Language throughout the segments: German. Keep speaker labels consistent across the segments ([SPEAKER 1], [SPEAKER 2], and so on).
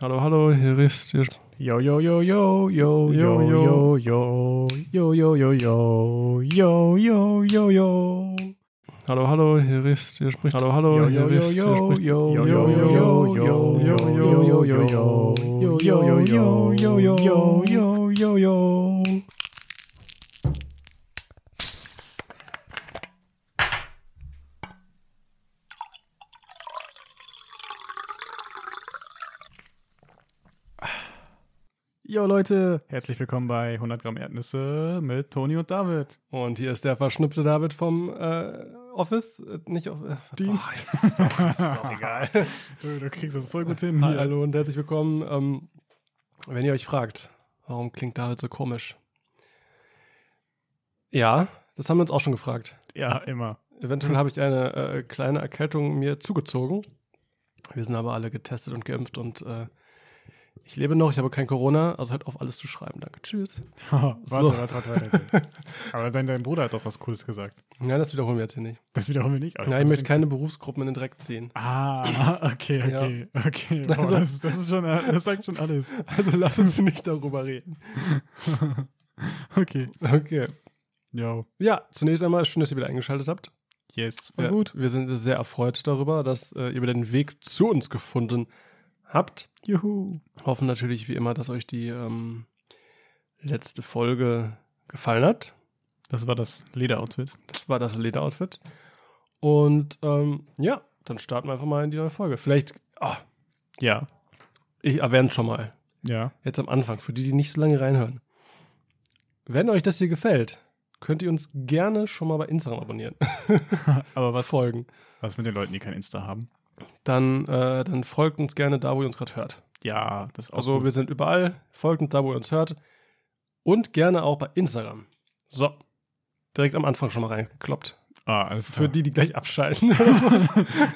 [SPEAKER 1] Hallo, hallo, hier ist. Hier
[SPEAKER 2] Yo, yo, yo, yo, yo, yo, yo, yo, yo, yo, yo, yo, yo, yo, yo, yo.
[SPEAKER 1] hallo, hallo, hier ist. Hier spricht. Hallo, hallo,
[SPEAKER 2] Yo,
[SPEAKER 1] hier
[SPEAKER 2] yo, yo,
[SPEAKER 1] ist. Hier
[SPEAKER 2] yo,
[SPEAKER 1] spricht.
[SPEAKER 2] yo, yo, yo, yo, yo, yo, yo, yo, yo. Yo, yo, yo, yo, yo, yo, yo, yo, yo. Yo Leute, herzlich willkommen bei 100 Gramm Erdnüsse mit Toni und David.
[SPEAKER 1] Und hier ist der verschnupfte David vom äh, Office. Äh, Nicht Office. Äh,
[SPEAKER 2] Dienst.
[SPEAKER 1] boah, ist, doch, ist doch egal.
[SPEAKER 2] Du Äh, kriegst das voll gut hin hier.
[SPEAKER 1] hallo und herzlich willkommen. Ähm, wenn ihr euch fragt, warum klingt David so komisch? Ja, das haben wir uns auch schon gefragt.
[SPEAKER 2] Ja, immer.
[SPEAKER 1] Eventuell habe ich eine äh, kleine Erkältung mir zugezogen. Wir sind aber alle getestet und geimpft und äh, ich lebe noch, ich habe kein Corona, also hört auf alles zu schreiben. Danke, tschüss.
[SPEAKER 2] warte,
[SPEAKER 1] So.
[SPEAKER 2] warte, warte, warte. Aber dein, dein Bruder hat doch was Cooles gesagt.
[SPEAKER 1] Ja, das wiederholen wir jetzt hier nicht.
[SPEAKER 2] Das wiederholen wir nicht. aber
[SPEAKER 1] Nein, ich
[SPEAKER 2] find's
[SPEAKER 1] möchte
[SPEAKER 2] den-
[SPEAKER 1] keine Berufsgruppen in den Dreck ziehen.
[SPEAKER 2] Ah, okay, okay, okay. Boah,
[SPEAKER 1] Also-
[SPEAKER 2] das, ist- das ist schon, das sagt schon alles.
[SPEAKER 1] Also lass uns nicht darüber reden.
[SPEAKER 2] Okay.
[SPEAKER 1] Okay.
[SPEAKER 2] Yo.
[SPEAKER 1] Ja, zunächst einmal schön, dass ihr wieder eingeschaltet habt.
[SPEAKER 2] Yes, voll
[SPEAKER 1] ja,
[SPEAKER 2] gut.
[SPEAKER 1] Wir sind sehr erfreut darüber, dass äh, ihr wieder den Weg zu uns gefunden habt.
[SPEAKER 2] Juhu.
[SPEAKER 1] Hoffen natürlich wie immer, dass euch die ähm, letzte Folge gefallen hat.
[SPEAKER 2] Das war das Lederoutfit.
[SPEAKER 1] Das war das Lederoutfit. Und ähm, ja, dann starten wir einfach mal in die neue Folge. Vielleicht, ah,
[SPEAKER 2] Ja.
[SPEAKER 1] ich erwähne es schon mal,
[SPEAKER 2] Ja.
[SPEAKER 1] jetzt am Anfang, für die, die nicht so lange reinhören. Wenn euch das hier gefällt, könnt ihr uns gerne schon mal bei Instagram abonnieren,
[SPEAKER 2] Aber was,
[SPEAKER 1] folgen.
[SPEAKER 2] was mit den Leuten, die kein Insta haben?
[SPEAKER 1] Dann, äh, dann folgt uns gerne da, wo ihr uns gerade hört.
[SPEAKER 2] Ja, das ist auch
[SPEAKER 1] Also
[SPEAKER 2] gut.
[SPEAKER 1] wir sind überall, folgt uns da, wo ihr uns hört. Und gerne auch bei Instagram. So, direkt am Anfang schon mal reingekloppt.
[SPEAKER 2] Ah, alles
[SPEAKER 1] Für
[SPEAKER 2] für
[SPEAKER 1] die, die gleich abschalten.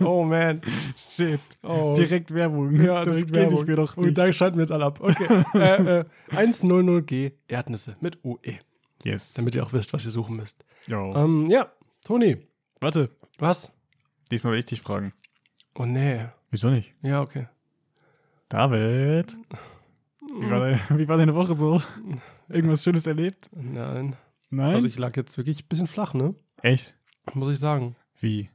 [SPEAKER 1] oh man.
[SPEAKER 2] Shit.
[SPEAKER 1] Oh.
[SPEAKER 2] Direkt Werbung.
[SPEAKER 1] Ja,
[SPEAKER 2] das
[SPEAKER 1] direkt
[SPEAKER 2] geht
[SPEAKER 1] Werbung.
[SPEAKER 2] ich mir doch
[SPEAKER 1] Und
[SPEAKER 2] nicht.
[SPEAKER 1] da schalten wir jetzt alle ab. Okay. äh, äh, 100G Erdnüsse mit UE,
[SPEAKER 2] Yes.
[SPEAKER 1] damit ihr auch wisst, was ihr suchen müsst.
[SPEAKER 2] Yo.
[SPEAKER 1] Ähm, ja, Toni,
[SPEAKER 2] Warte,
[SPEAKER 1] was?
[SPEAKER 2] diesmal will ich dich fragen.
[SPEAKER 1] Oh nee.
[SPEAKER 2] Wieso nicht?
[SPEAKER 1] Ja, okay.
[SPEAKER 2] David, wie war, deine, wie war deine Woche so? Irgendwas Schönes erlebt?
[SPEAKER 1] Nein.
[SPEAKER 2] Nein?
[SPEAKER 1] Also ich lag jetzt wirklich ein bisschen flach, ne?
[SPEAKER 2] Echt?
[SPEAKER 1] Muss ich sagen.
[SPEAKER 2] Wie?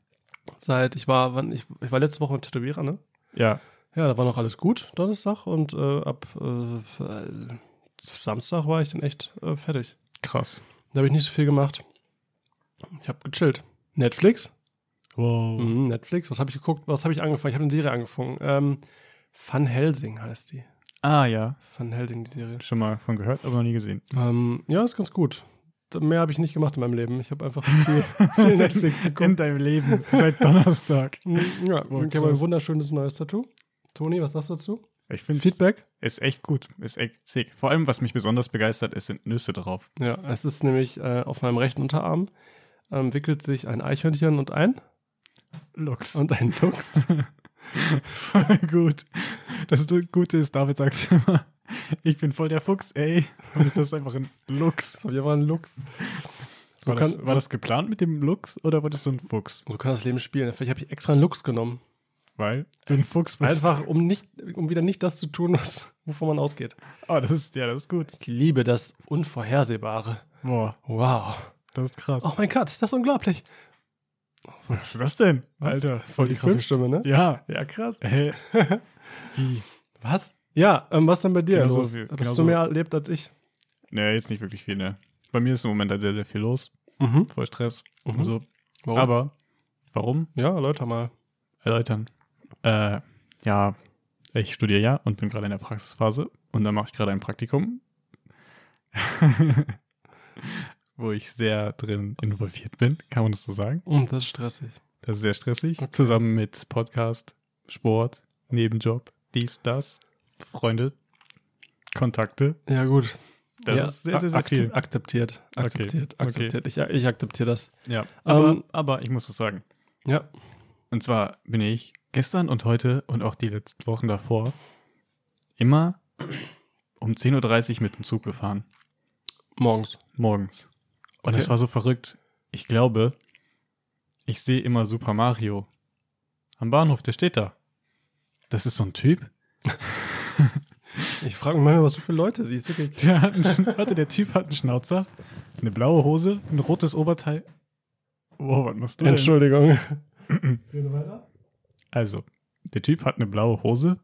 [SPEAKER 1] Seit ich war, wann ich, ich war letzte Woche beim Tätowierer, ne?
[SPEAKER 2] Ja.
[SPEAKER 1] Ja, da war noch alles gut, Donnerstag und äh, ab äh, äh, Samstag war ich dann echt äh, fertig.
[SPEAKER 2] Krass.
[SPEAKER 1] Da habe ich nicht so viel gemacht. Ich habe gechillt. Netflix,
[SPEAKER 2] Wow.
[SPEAKER 1] Mhm, Netflix. Was habe ich geguckt? Was habe ich angefangen? Ich habe eine Serie angefangen. Ähm, Van Helsing heißt die.
[SPEAKER 2] Ah ja.
[SPEAKER 1] Van Helsing, die Serie.
[SPEAKER 2] Schon mal von gehört, aber noch nie gesehen.
[SPEAKER 1] Ähm, ja, ist ganz gut. Da- Mehr habe ich nicht gemacht in meinem Leben. Ich habe einfach viel, viel Netflix
[SPEAKER 2] In
[SPEAKER 1] geguckt.
[SPEAKER 2] deinem Leben. Seit Donnerstag.
[SPEAKER 1] Mhm, ja,
[SPEAKER 2] Boah,
[SPEAKER 1] ich habe ein
[SPEAKER 2] krass.
[SPEAKER 1] wunderschönes neues Tattoo. Toni, was sagst du dazu?
[SPEAKER 2] Ich finde es
[SPEAKER 1] Feedback?
[SPEAKER 2] ist echt gut. Ist echt sick. Vor allem, was mich besonders begeistert, ist, sind Nüsse drauf.
[SPEAKER 1] Ja, es ist nämlich äh, auf meinem rechten Unterarm ähm, wickelt sich ein Eichhörnchen und ein
[SPEAKER 2] Lux.
[SPEAKER 1] und ein Luchs.
[SPEAKER 2] Voll gut. Das Gute ist, David sagt immer, ich bin voll der Fuchs, ey. Und jetzt ist einfach ein Lux.
[SPEAKER 1] so, wir waren ein Luchs. So
[SPEAKER 2] War,
[SPEAKER 1] kann,
[SPEAKER 2] das, war das geplant mit dem Lux oder wolltest du ein Fuchs?
[SPEAKER 1] so, so kann das Leben spielen. Vielleicht habe ich extra einen Luchs genommen.
[SPEAKER 2] Weil du ein Fuchs bist.
[SPEAKER 1] Einfach, um, nicht, um wieder nicht das zu tun, was, wovon man ausgeht.
[SPEAKER 2] Oh, das ist, ja, das ist gut.
[SPEAKER 1] Ich liebe das Unvorhersehbare.
[SPEAKER 2] Boah,
[SPEAKER 1] Wow.
[SPEAKER 2] das ist krass.
[SPEAKER 1] Oh mein Gott, ist das unglaublich.
[SPEAKER 2] Was ist das denn? Alter, voll die krasse Stimme.
[SPEAKER 1] ne?
[SPEAKER 2] Ja.
[SPEAKER 1] Ja, krass.
[SPEAKER 2] Hä? Wie?
[SPEAKER 1] Was? Ja, ähm, was denn bei dir
[SPEAKER 2] Genauso
[SPEAKER 1] los?
[SPEAKER 2] wie-
[SPEAKER 1] Hast du
[SPEAKER 2] genauso-
[SPEAKER 1] mehr erlebt als ich?
[SPEAKER 2] Nee, jetzt nicht wirklich viel, ne? Bei mir ist im Moment halt sehr, sehr viel los.
[SPEAKER 1] Mhm.
[SPEAKER 2] Voll Stress.
[SPEAKER 1] Mhm.
[SPEAKER 2] und So.
[SPEAKER 1] Warum?
[SPEAKER 2] Aber, warum?
[SPEAKER 1] ja, Leute mal.
[SPEAKER 2] Erläutern. Äh, ja, ich studiere ja und bin gerade in der Praxisphase. Und dann mache ich gerade ein Praktikum. Wo ich sehr drin involviert bin, kann man das so sagen.
[SPEAKER 1] Mm, Das ist stressig.
[SPEAKER 2] Das ist sehr stressig.
[SPEAKER 1] Okay.
[SPEAKER 2] Zusammen mit Podcast, Sport, Nebenjob, dies, das, Freunde, Kontakte.
[SPEAKER 1] Ja, gut.
[SPEAKER 2] Das
[SPEAKER 1] ja,
[SPEAKER 2] ist sehr, sehr, sehr
[SPEAKER 1] ak-
[SPEAKER 2] viel.
[SPEAKER 1] Akzeptiert.
[SPEAKER 2] Okay.
[SPEAKER 1] Akzeptiert.
[SPEAKER 2] Okay.
[SPEAKER 1] Akzeptiert. Ich, ich akzeptiere das.
[SPEAKER 2] Ja, aber,
[SPEAKER 1] Ähm,
[SPEAKER 2] aber ich muss was sagen.
[SPEAKER 1] Ja.
[SPEAKER 2] Und zwar bin ich gestern und heute und auch die letzten Wochen davor immer um 10.30 Uhr mit dem Zug gefahren.
[SPEAKER 1] Morgens.
[SPEAKER 2] Morgens. Und
[SPEAKER 1] Okay.
[SPEAKER 2] das war so verrückt. Ich glaube, ich sehe immer Super Mario. Am Bahnhof, der steht da. Das ist so ein Typ.
[SPEAKER 1] Ich frage mich manchmal, was du für Leute siehst. Wirklich.
[SPEAKER 2] Der hat einen, warte, der Typ hat einen Schnauzer, eine blaue Hose, ein rotes Oberteil. Wow, was machst du denn?
[SPEAKER 1] Entschuldigung.
[SPEAKER 2] Also, der Typ hat eine blaue Hose,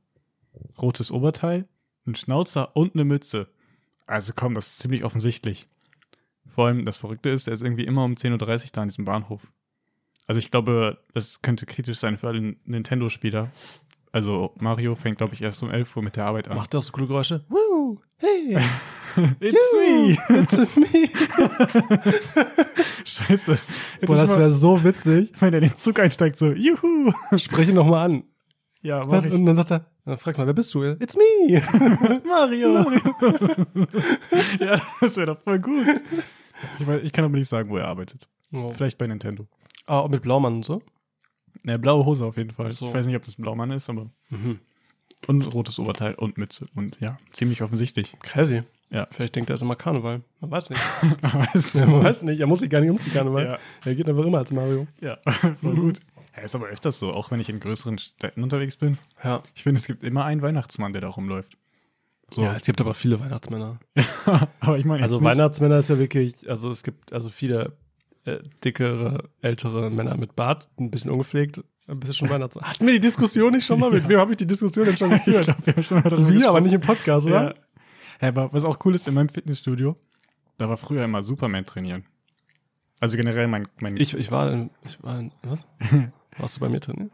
[SPEAKER 2] rotes Oberteil, einen Schnauzer und eine Mütze. Also komm, das ist ziemlich offensichtlich. Vor allem, das Verrückte ist, er ist irgendwie immer um 10.30 Uhr da an diesem Bahnhof. Also ich glaube, das könnte kritisch sein für alle Nintendo-Spieler. Also Mario fängt, glaube ich, erst um 11 Uhr mit der Arbeit an.
[SPEAKER 1] Macht der auch so coole Geräusche? Woo! Hey!
[SPEAKER 2] It's
[SPEAKER 1] Juhu, It's me!
[SPEAKER 2] Scheiße.
[SPEAKER 1] Boah, das wäre so witzig.
[SPEAKER 2] wenn er in den Zug einsteigt, so, juhu.
[SPEAKER 1] Spreche nochmal an.
[SPEAKER 2] Ja, mach ich.
[SPEAKER 1] Und dann sagt er, dann fragt man, wer bist du? It's me!
[SPEAKER 2] Mario. ja, das wäre doch voll gut. Ich, weiß, ich kann aber nicht sagen, wo er arbeitet.
[SPEAKER 1] Oh.
[SPEAKER 2] Vielleicht bei Nintendo.
[SPEAKER 1] Ah, mit Blaumann und so.
[SPEAKER 2] Ne, blaue Hose auf jeden Fall.
[SPEAKER 1] Ach so.
[SPEAKER 2] Ich weiß nicht, ob das ein Blaumann ist, aber.
[SPEAKER 1] Mhm.
[SPEAKER 2] Und rotes Oberteil und Mütze. Und ja, ziemlich offensichtlich.
[SPEAKER 1] Crazy.
[SPEAKER 2] Ja.
[SPEAKER 1] Vielleicht denkt er, es ist immer Karneval. Man weiß nicht.
[SPEAKER 2] weißt
[SPEAKER 1] Ja, man weiß nicht. Er muss sich gar nicht umziehen, Karneval.
[SPEAKER 2] Ja,
[SPEAKER 1] Er geht einfach immer als Mario.
[SPEAKER 2] ja. voll gut. Ja, ist aber öfters so, auch wenn ich in größeren Städten unterwegs bin.
[SPEAKER 1] Ja.
[SPEAKER 2] Ich finde, es gibt immer einen Weihnachtsmann, der da rumläuft. So.
[SPEAKER 1] ja, es gibt aber viele Weihnachtsmänner.
[SPEAKER 2] aber ich meine, jetzt
[SPEAKER 1] Also
[SPEAKER 2] nicht-
[SPEAKER 1] Weihnachtsmänner ist ja wirklich, also es gibt also viele äh, dickere, ältere Männer mit Bart, ein bisschen ungepflegt, ein bisschen schon Weihnachtsmann. Hatten wir die Diskussion nicht schon mal? Mit wem habe ich die Diskussion denn schon
[SPEAKER 2] Ja, ich
[SPEAKER 1] geführt?
[SPEAKER 2] glaub, wir haben schon mal darüber
[SPEAKER 1] Wir, aber nicht im Podcast,
[SPEAKER 2] Ja.
[SPEAKER 1] oder?
[SPEAKER 2] Ja, aber was auch cool ist, in meinem Fitnessstudio, da war früher immer Superman trainieren. Also generell mein, mein
[SPEAKER 1] Ich, ich war in, ich war in, was? Warst du bei mir drin?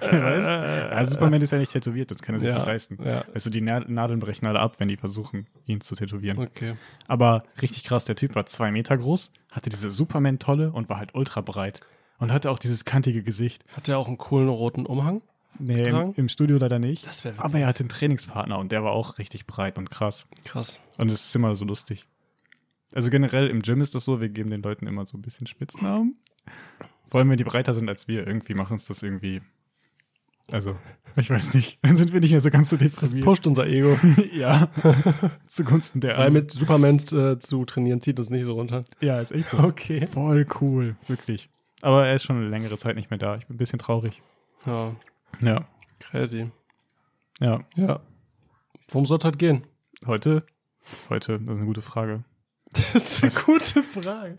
[SPEAKER 2] ja, Superman ist ja nicht tätowiert, das kann er sich nicht leisten.
[SPEAKER 1] ja.
[SPEAKER 2] Also die Na- Nadeln brechen alle ab, wenn die versuchen, ihn zu tätowieren.
[SPEAKER 1] Okay.
[SPEAKER 2] Aber richtig krass, der Typ war zwei Meter groß, hatte diese Superman-Tolle und war halt ultra breit. Und hatte auch dieses kantige Gesicht.
[SPEAKER 1] Hat er auch einen coolen roten Umhang?
[SPEAKER 2] Nee, im,
[SPEAKER 1] Getragen?
[SPEAKER 2] im Studio leider nicht.
[SPEAKER 1] Das wäre
[SPEAKER 2] Aber er hatte einen Trainingspartner und der war auch richtig breit und krass.
[SPEAKER 1] krass.
[SPEAKER 2] Und es ist immer so lustig. Also generell im Gym ist das so, wir geben den Leuten immer so ein bisschen Spitznamen. Vor allem, wenn die breiter sind als wir, irgendwie macht uns das irgendwie. Also, ich weiß nicht. Dann sind wir nicht mehr so ganz so deprimiert.
[SPEAKER 1] Pusht unser Ego.
[SPEAKER 2] ja. Zugunsten der
[SPEAKER 1] Weil
[SPEAKER 2] anderen.
[SPEAKER 1] mit Superman äh, zu trainieren zieht uns nicht so runter.
[SPEAKER 2] Ja, ist echt so.
[SPEAKER 1] Okay.
[SPEAKER 2] Voll cool, wirklich. Aber er ist schon eine längere Zeit nicht mehr da. Ich bin ein bisschen traurig.
[SPEAKER 1] Ja,
[SPEAKER 2] Ja.
[SPEAKER 1] crazy.
[SPEAKER 2] Ja.
[SPEAKER 1] Ja. Worum soll es heute gehen?
[SPEAKER 2] Heute? Heute, das ist eine gute Frage.
[SPEAKER 1] Das ist eine gute Frage.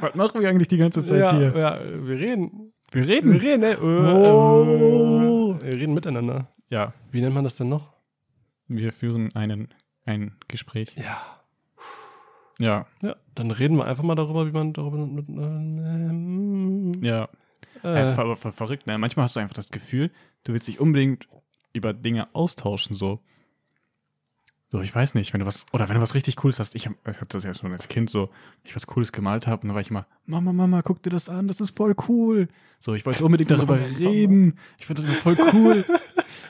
[SPEAKER 2] Was machen wir eigentlich die ganze Zeit
[SPEAKER 1] ja,
[SPEAKER 2] hier?
[SPEAKER 1] ja, wir reden.
[SPEAKER 2] Wir
[SPEAKER 1] Wir reden, ne? Äh,
[SPEAKER 2] Oh.
[SPEAKER 1] äh, Wir reden miteinander.
[SPEAKER 2] Ja,
[SPEAKER 1] Wie nennt man das denn noch?
[SPEAKER 2] wir führen einen, ein Gespräch.
[SPEAKER 1] Ja.
[SPEAKER 2] Ja,
[SPEAKER 1] Ja, dann reden wir einfach mal darüber, wie man darüber mit, ähm,
[SPEAKER 2] ja.
[SPEAKER 1] äh,
[SPEAKER 2] Einfach, aber voll verrückt. Ne? Manchmal hast du einfach das Gefühl, du willst dich unbedingt über Dinge austauschen, so. So, ich weiß nicht, wenn du was, oder wenn du was richtig Cooles hast, ich habe ich hab das ja schon als Kind so, wenn ich was Cooles gemalt habe und dann war ich immer, Mama, Mama, guck dir das an, das ist voll cool. So, ich wollte unbedingt darüber
[SPEAKER 1] Mama, Mama.
[SPEAKER 2] reden. Ich finde das immer voll cool.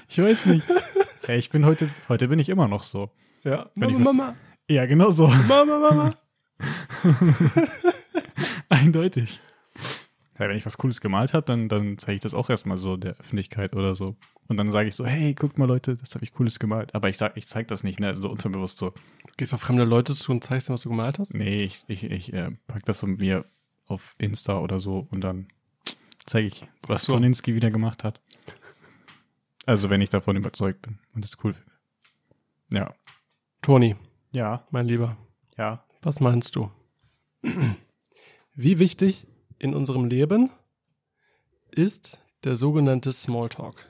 [SPEAKER 2] ich weiß nicht. Ey, ich bin heute, heute bin ich immer noch so.
[SPEAKER 1] ja.
[SPEAKER 2] wenn ich
[SPEAKER 1] Mama,
[SPEAKER 2] was-
[SPEAKER 1] Mama,
[SPEAKER 2] Ja, genau so.
[SPEAKER 1] Mama, Mama.
[SPEAKER 2] Eindeutig. Ja, wenn ich was Cooles gemalt habe, dann, dann zeige ich das auch erstmal so der Öffentlichkeit oder so. Und dann sage ich so, hey, guckt mal Leute, das habe ich Cooles gemalt. Aber ich sag, ich zeige das nicht, ne? So unterbewusst so.
[SPEAKER 1] Du gehst auf fremde Leute zu und zeigst dir, was du gemalt hast?
[SPEAKER 2] Nee, ich, ich, ich äh, pack das so mir auf Insta oder so und dann zeige ich, was
[SPEAKER 1] Ach so.
[SPEAKER 2] Zoninski wieder gemacht hat. Also wenn ich davon überzeugt bin und es cool finde. Ja.
[SPEAKER 1] Toni,
[SPEAKER 2] Ja,
[SPEAKER 1] mein Lieber,
[SPEAKER 2] ja.
[SPEAKER 1] was meinst du? Wie wichtig in unserem Leben ist der sogenannte Smalltalk?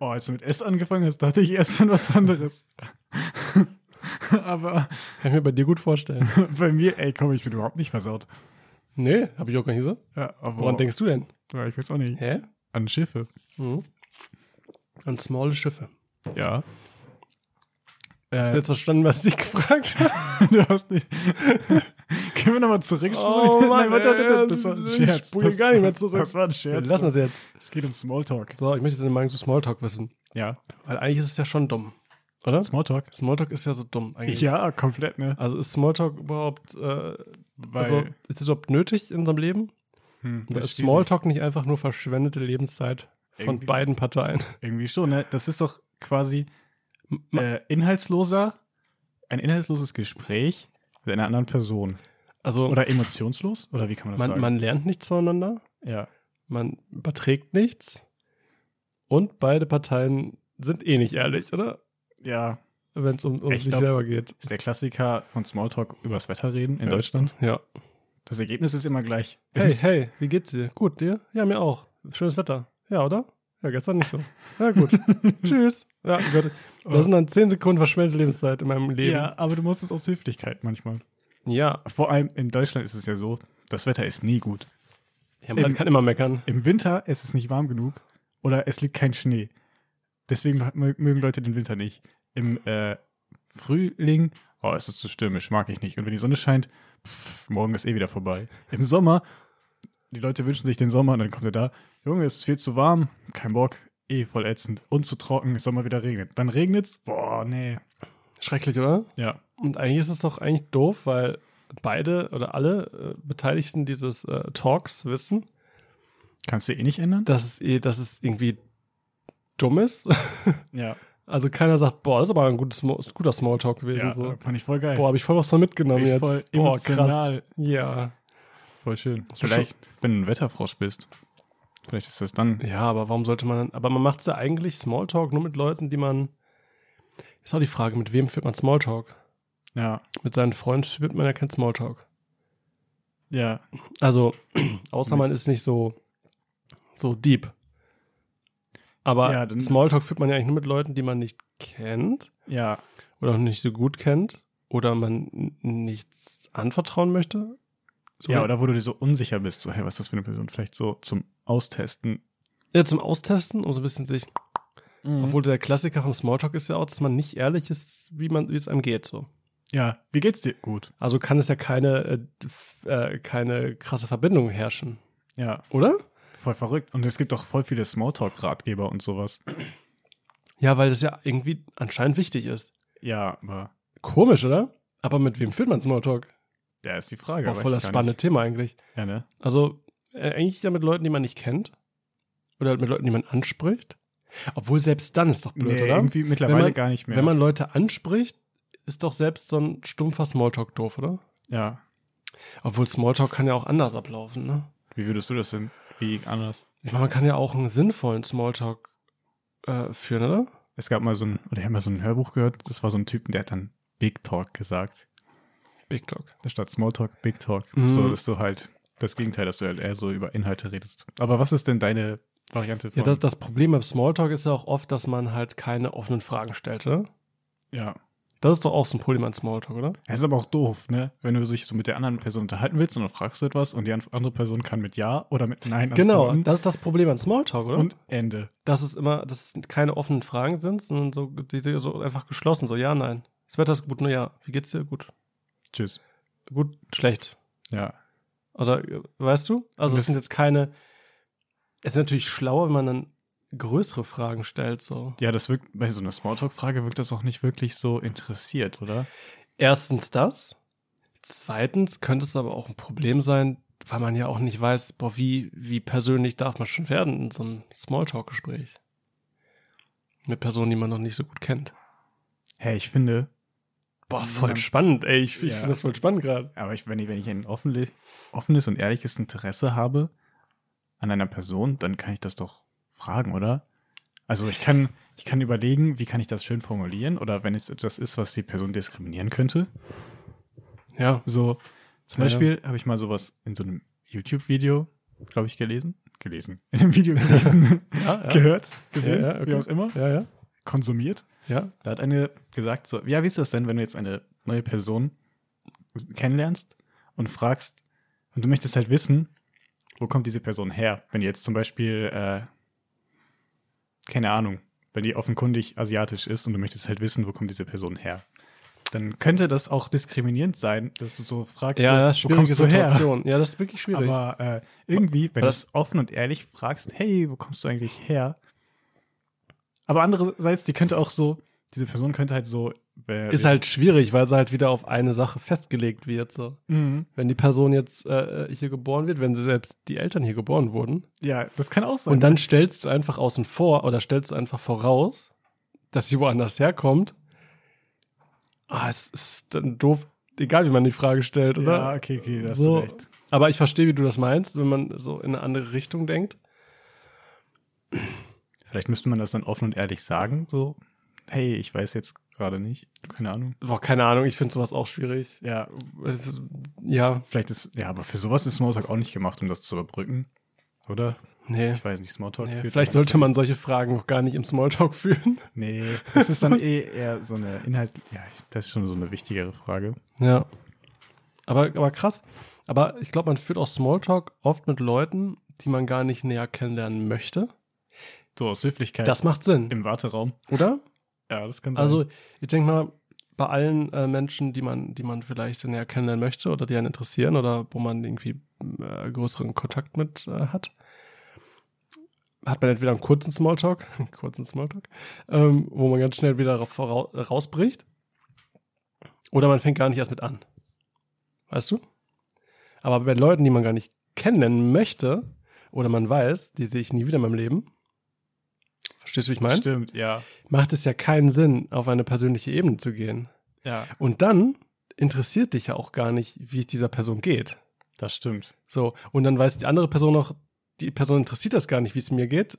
[SPEAKER 2] Oh, als du mit S angefangen hast, dachte ich erst an was anderes. Aber
[SPEAKER 1] Kann ich mir bei dir gut vorstellen.
[SPEAKER 2] Bei mir, ey, komm, ich bin überhaupt nicht versaut.
[SPEAKER 1] nee, habe ich auch gar nicht gesagt.
[SPEAKER 2] Ja, aber
[SPEAKER 1] Woran denkst du denn?
[SPEAKER 2] Ja, ich weiß auch nicht.
[SPEAKER 1] Hä?
[SPEAKER 2] An Schiffe. Hm?
[SPEAKER 1] Mhm. An small Schiffe.
[SPEAKER 2] Ja.
[SPEAKER 1] Hast
[SPEAKER 2] Äh,
[SPEAKER 1] du jetzt verstanden, was ich gefragt habe?
[SPEAKER 2] du hast nicht. Können wir nochmal zurückspulen? Nein, warte, warte, warte, das war ein Scherz.
[SPEAKER 1] Oh, Ich spule
[SPEAKER 2] das,
[SPEAKER 1] gar nicht mehr zurück.
[SPEAKER 2] Das war ein
[SPEAKER 1] Wir
[SPEAKER 2] Scherz.
[SPEAKER 1] lassen das jetzt.
[SPEAKER 2] Es geht um Smalltalk.
[SPEAKER 1] So, ich möchte deine Meinung zu Smalltalk wissen.
[SPEAKER 2] Ja.
[SPEAKER 1] Weil eigentlich ist es ja schon dumm, oder?
[SPEAKER 2] Smalltalk?
[SPEAKER 1] Smalltalk ist ja so dumm eigentlich.
[SPEAKER 2] Ja, komplett, ne?
[SPEAKER 1] Also ist Smalltalk überhaupt, äh,
[SPEAKER 2] Weil,
[SPEAKER 1] also, ist es überhaupt nötig in unserem Leben?
[SPEAKER 2] hm,
[SPEAKER 1] Oder
[SPEAKER 2] das
[SPEAKER 1] ist
[SPEAKER 2] schwierig.
[SPEAKER 1] Smalltalk nicht einfach nur verschwendete Lebenszeit von
[SPEAKER 2] Irgendwie-
[SPEAKER 1] beiden Parteien?
[SPEAKER 2] Irgendwie schon, ne? Das ist doch quasi äh, inhaltsloser, ein inhaltsloses Gespräch mit einer anderen Person.
[SPEAKER 1] Also
[SPEAKER 2] Oder emotionslos? Oder wie kann man das
[SPEAKER 1] man,
[SPEAKER 2] sagen?
[SPEAKER 1] man lernt nichts voneinander,
[SPEAKER 2] ja.
[SPEAKER 1] man überträgt nichts, Und beide Parteien sind eh nicht ehrlich, oder?
[SPEAKER 2] Ja.
[SPEAKER 1] Wenn es um, um
[SPEAKER 2] Ich
[SPEAKER 1] sich
[SPEAKER 2] glaub-
[SPEAKER 1] selber geht.
[SPEAKER 2] Ist der Klassiker von Smalltalk übers Wetter reden in
[SPEAKER 1] Ja.
[SPEAKER 2] Deutschland.
[SPEAKER 1] Ja.
[SPEAKER 2] Das Ergebnis ist immer gleich.
[SPEAKER 1] Hey, hey, wie geht's dir? Gut, dir? Ja, mir auch. Schönes Wetter. Ja, oder? Ja, gestern nicht so. Ja, gut. Tschüss. Ja, Gott. Das sind dann 10 Sekunden verschwendete Lebenszeit in meinem Leben.
[SPEAKER 2] Oh. ja, aber du musst es aus Höflichkeit manchmal.
[SPEAKER 1] Ja.
[SPEAKER 2] Vor allem in Deutschland ist es ja so, das Wetter ist nie gut.
[SPEAKER 1] ja man
[SPEAKER 2] Im-
[SPEAKER 1] kann immer meckern.
[SPEAKER 2] Im Winter ist es nicht warm genug oder es liegt kein Schnee. Deswegen mö- mögen Leute den Winter nicht. Im äh, Frühling, oh, es ist zu stürmisch, mag ich nicht. Und wenn die Sonne scheint, pff, morgen ist eh wieder vorbei. Im Sommer, die Leute wünschen sich den Sommer und dann kommt er da, Junge, es ist viel zu warm, kein Bock, eh voll ätzend und zu trocken, es soll mal wieder regnen. Dann regnet's, boah, nee.
[SPEAKER 1] Schrecklich, oder?
[SPEAKER 2] Ja,
[SPEAKER 1] Und eigentlich ist es doch eigentlich doof, weil beide oder alle äh, Beteiligten dieses äh, Talks wissen,
[SPEAKER 2] kannst du eh nicht ändern?
[SPEAKER 1] dass es, eh, dass es irgendwie dumm ist.
[SPEAKER 2] Ja,
[SPEAKER 1] Also keiner sagt, boah, das ist aber ein gutes, Mo- guter Smalltalk gewesen.
[SPEAKER 2] ja
[SPEAKER 1] so.
[SPEAKER 2] fand ich voll geil.
[SPEAKER 1] Boah, habe ich voll was von mitgenommen
[SPEAKER 2] Ich
[SPEAKER 1] jetzt.
[SPEAKER 2] voll
[SPEAKER 1] boah,
[SPEAKER 2] emotional.
[SPEAKER 1] Ja.
[SPEAKER 2] Voll schön.
[SPEAKER 1] So
[SPEAKER 2] Vielleicht, wenn du ein Wetterfrosch bist, vielleicht ist das dann.
[SPEAKER 1] Ja, aber warum sollte man, aber man macht es ja eigentlich Smalltalk nur mit Leuten, die man, ist auch die Frage, mit wem führt man Smalltalk?
[SPEAKER 2] Ja,
[SPEAKER 1] Mit seinen Freunden führt man ja kein Smalltalk.
[SPEAKER 2] ja.
[SPEAKER 1] Also, außer man ist nicht so, so deep. Aber
[SPEAKER 2] Ja, dann-
[SPEAKER 1] Smalltalk führt man ja eigentlich nur mit Leuten, die man nicht kennt
[SPEAKER 2] Ja,
[SPEAKER 1] oder auch nicht so gut kennt oder man n- nichts anvertrauen möchte. So
[SPEAKER 2] ja,
[SPEAKER 1] wie-
[SPEAKER 2] oder wo du dir so unsicher bist, so, hey, was ist das für eine Person? Vielleicht so zum Austesten.
[SPEAKER 1] ja, zum Austesten, um so ein bisschen sich,
[SPEAKER 2] Obwohl,
[SPEAKER 1] obwohl der Klassiker vom Smalltalk ist ja auch, dass man nicht ehrlich ist, wie man, wie es einem geht, so.
[SPEAKER 2] ja, wie geht's dir? Gut.
[SPEAKER 1] Also kann es ja keine, äh, f- äh, keine krasse Verbindung herrschen,
[SPEAKER 2] Ja,
[SPEAKER 1] oder?
[SPEAKER 2] voll verrückt. Und es gibt auch voll viele Smalltalk-Ratgeber und sowas.
[SPEAKER 1] Ja, weil das ja irgendwie anscheinend wichtig ist.
[SPEAKER 2] Ja, aber
[SPEAKER 1] Komisch, oder? Aber mit wem führt man Smalltalk?
[SPEAKER 2] da ist die Frage.
[SPEAKER 1] Auch
[SPEAKER 2] weiß
[SPEAKER 1] voll
[SPEAKER 2] ich
[SPEAKER 1] das
[SPEAKER 2] gar
[SPEAKER 1] spannende
[SPEAKER 2] nicht.
[SPEAKER 1] Thema eigentlich.
[SPEAKER 2] Ja, ne?
[SPEAKER 1] Also äh, eigentlich ja mit Leuten, die man nicht kennt. Oder halt mit Leuten, die man anspricht. Obwohl selbst dann ist doch blöd,
[SPEAKER 2] nee,
[SPEAKER 1] oder?
[SPEAKER 2] irgendwie mittlerweile
[SPEAKER 1] Wenn man-
[SPEAKER 2] gar nicht mehr.
[SPEAKER 1] Wenn man Leute anspricht, ist doch selbst so ein stumpfer Smalltalk doof, oder?
[SPEAKER 2] ja.
[SPEAKER 1] Obwohl Smalltalk kann ja auch anders ablaufen, ne?
[SPEAKER 2] Wie würdest du das denn? Wie anders?
[SPEAKER 1] Ich meine, man kann ja auch einen sinnvollen Smalltalk äh, führen, oder?
[SPEAKER 2] Es gab mal so ein, oder ich habe mal so ein Hörbuch gehört, das war so ein Typen, der hat dann Big Talk gesagt.
[SPEAKER 1] Big Talk.
[SPEAKER 2] Statt Smalltalk, Big Talk.
[SPEAKER 1] Mhm.
[SPEAKER 2] So, dass du halt das Gegenteil, dass du halt eher so über Inhalte redest. Aber was ist denn deine Variante von?
[SPEAKER 1] Ja, das, das Problem beim Smalltalk ist ja auch oft, dass man halt keine offenen Fragen stellt, oder?
[SPEAKER 2] ja.
[SPEAKER 1] Das ist doch auch so ein Problem an Smalltalk, oder?
[SPEAKER 2] Es ist aber auch doof, ne? Wenn du dich so mit der anderen Person unterhalten willst und dann fragst du etwas und die an- andere Person kann mit Ja oder mit Nein
[SPEAKER 1] Genau,
[SPEAKER 2] antworten.
[SPEAKER 1] das ist das Problem an Smalltalk, oder?
[SPEAKER 2] Und Ende.
[SPEAKER 1] dass es immer, dass es keine offenen Fragen sind, sondern so, die, die so einfach geschlossen, so ja, nein. Das Wetter ist gut, nur ja. Wie geht's dir? Gut.
[SPEAKER 2] Tschüss.
[SPEAKER 1] Gut, schlecht.
[SPEAKER 2] Ja.
[SPEAKER 1] Oder, äh, weißt du? Also,
[SPEAKER 2] Und
[SPEAKER 1] es
[SPEAKER 2] das-
[SPEAKER 1] sind jetzt keine. Es ist natürlich schlauer, wenn man dann größere Fragen stellt, so.
[SPEAKER 2] Ja, das wirkt, bei so einer Smalltalk-Frage wirkt das auch nicht wirklich so interessiert, oder?
[SPEAKER 1] Erstens das. Zweitens könnte es aber auch ein Problem sein, weil man ja auch nicht weiß, boah, wie, wie persönlich darf man schon werden in so einem Smalltalk-Gespräch. Mit Personen, die man noch nicht so gut kennt.
[SPEAKER 2] Hey, ich finde,
[SPEAKER 1] Boah,
[SPEAKER 2] voll
[SPEAKER 1] spannend, ey. Ich,
[SPEAKER 2] ich find das
[SPEAKER 1] voll spannend gerade.
[SPEAKER 2] aber ich, wenn, ich, wenn ich ein offenle- offenes und ehrliches Interesse habe an einer Person, dann kann ich das doch fragen, oder? Also ich kann, ich kann überlegen, wie kann ich das schön formulieren oder wenn es etwas ist, was die Person diskriminieren könnte,
[SPEAKER 1] Ja.
[SPEAKER 2] So, zum
[SPEAKER 1] Ja, ja.
[SPEAKER 2] Beispiel habe ich mal sowas in so einem YouTube-Video, glaube ich, gelesen. Gelesen. In einem Video gelesen.
[SPEAKER 1] Ja,
[SPEAKER 2] gehört, gesehen,
[SPEAKER 1] Ja, ja, okay.
[SPEAKER 2] wie auch immer.
[SPEAKER 1] Ja, ja.
[SPEAKER 2] Konsumiert.
[SPEAKER 1] Ja.
[SPEAKER 2] Da hat eine gesagt so, ja, wie ist das denn, wenn du jetzt eine neue Person kennenlernst und fragst, und du möchtest halt wissen, wo kommt diese Person her? Wenn die jetzt zum Beispiel, äh, keine Ahnung, wenn die offenkundig asiatisch ist und du möchtest halt wissen, wo kommt diese Person her? Dann könnte das auch diskriminierend sein, dass du so fragst,
[SPEAKER 1] Ja, ja,
[SPEAKER 2] so,
[SPEAKER 1] schwierige Situation. Ja, das ist wirklich schwierig.
[SPEAKER 2] Aber äh, irgendwie,
[SPEAKER 1] Aber
[SPEAKER 2] wenn du
[SPEAKER 1] das-
[SPEAKER 2] es offen und ehrlich fragst, hey, wo kommst du eigentlich her? Aber andererseits, die könnte auch so, diese Person könnte halt so. äh,
[SPEAKER 1] ist halt schwierig, weil sie halt wieder auf eine Sache festgelegt wird. So.
[SPEAKER 2] Mhm.
[SPEAKER 1] Wenn die Person jetzt äh, hier geboren wird, wenn sie selbst die Eltern hier geboren wurden,
[SPEAKER 2] Ja, das kann auch sein.
[SPEAKER 1] Und dann stellst du einfach außen vor oder stellst du einfach voraus, dass sie woanders herkommt. Ah, es ist dann doof, egal wie man die Frage stellt, oder?
[SPEAKER 2] Ja, okay, okay, da hast du
[SPEAKER 1] so,
[SPEAKER 2] recht.
[SPEAKER 1] Aber ich verstehe, wie du das meinst, wenn man so in eine andere Richtung denkt.
[SPEAKER 2] Vielleicht müsste man das dann offen und ehrlich sagen, so, hey, ich weiß jetzt gerade nicht, keine Ahnung.
[SPEAKER 1] Boah, keine Ahnung, ich finde sowas auch schwierig.
[SPEAKER 2] Ja,
[SPEAKER 1] Es, Also, ja,
[SPEAKER 2] vielleicht ist, ja, aber für sowas ist Smalltalk auch nicht gemacht, um das zu überbrücken, oder?
[SPEAKER 1] nee.
[SPEAKER 2] Ich weiß nicht, Smalltalk
[SPEAKER 1] nee.
[SPEAKER 2] führt
[SPEAKER 1] Vielleicht
[SPEAKER 2] man-
[SPEAKER 1] sollte man solche Fragen auch gar nicht im Smalltalk führen.
[SPEAKER 2] Nee, das ist dann eh eher so eine Inhalt, ja, das ist schon so eine wichtigere Frage.
[SPEAKER 1] Ja. Aber, aber krass. Aber ich glaube, man führt auch Smalltalk oft mit Leuten, die man gar nicht näher kennenlernen möchte.
[SPEAKER 2] So, aus Höflichkeit
[SPEAKER 1] Das macht Sinn,
[SPEAKER 2] im Warteraum.
[SPEAKER 1] oder?
[SPEAKER 2] Ja, das kann sein.
[SPEAKER 1] Also, ich denke mal, bei allen äh, Menschen, die man, die man vielleicht näher kennenlernen möchte oder die einen interessieren oder wo man irgendwie äh, größeren Kontakt mit äh, hat, hat man entweder einen kurzen Smalltalk, einen kurzen Smalltalk, ähm, wo man ganz schnell wieder ra- vorau- rausbricht, oder man fängt gar nicht erst mit an. Weißt du? Aber bei Leuten, die man gar nicht kennenlernen möchte oder man weiß, die sehe ich nie wieder in meinem Leben. Verstehst du, wie ich meine?
[SPEAKER 2] Stimmt, ja.
[SPEAKER 1] macht es ja keinen Sinn, auf eine persönliche Ebene zu gehen.
[SPEAKER 2] Ja,
[SPEAKER 1] Und dann interessiert dich ja auch gar nicht, wie es dieser Person geht.
[SPEAKER 2] das stimmt.
[SPEAKER 1] So, und dann weiß die andere Person noch, die Person interessiert das gar nicht, wie es mir geht.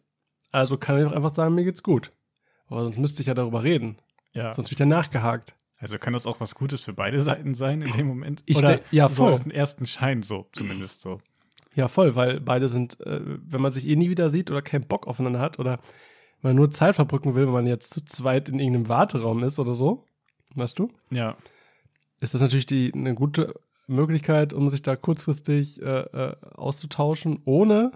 [SPEAKER 1] Also kann ich auch einfach sagen, mir geht's gut. Aber sonst müsste ich ja darüber reden.
[SPEAKER 2] Ja.
[SPEAKER 1] Sonst wird ja nachgehakt.
[SPEAKER 2] Also kann das auch was Gutes für beide Seiten sein in dem Moment?
[SPEAKER 1] Ich
[SPEAKER 2] Oder
[SPEAKER 1] denk- ja,
[SPEAKER 2] so
[SPEAKER 1] voll.
[SPEAKER 2] auf den ersten Schein so, zumindest so.
[SPEAKER 1] Ja, voll, weil beide sind, äh, wenn man sich eh nie wieder sieht oder keinen Bock aufeinander hat oder man nur Zeit verbrücken will, wenn man jetzt zu zweit in irgendeinem Warteraum ist oder so, weißt du?
[SPEAKER 2] Ja,
[SPEAKER 1] ist das natürlich die, eine gute Möglichkeit, um sich da kurzfristig äh, äh, auszutauschen, ohne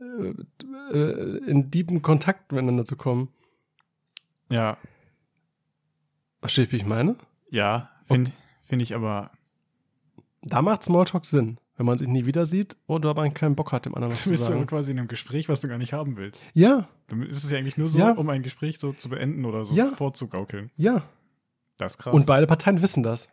[SPEAKER 1] äh, äh, in tiefen Kontakt miteinander zu kommen.
[SPEAKER 2] ja,
[SPEAKER 1] Versteht, wie ich meine?
[SPEAKER 2] ja. Finde find ich aber.
[SPEAKER 1] Da macht Smalltalk Sinn, wenn man sich nie wieder sieht oder man keinen Bock hat, dem anderen was
[SPEAKER 2] Du
[SPEAKER 1] zu
[SPEAKER 2] bist ja
[SPEAKER 1] sagen.
[SPEAKER 2] quasi in einem Gespräch, was du gar nicht haben willst.
[SPEAKER 1] Ja,
[SPEAKER 2] Du- Es ist ja eigentlich nur so,
[SPEAKER 1] Ja.
[SPEAKER 2] um ein Gespräch so zu beenden oder so
[SPEAKER 1] Ja.
[SPEAKER 2] vorzugaukeln.
[SPEAKER 1] ja.
[SPEAKER 2] Das ist krass.
[SPEAKER 1] Und beide Parteien wissen das.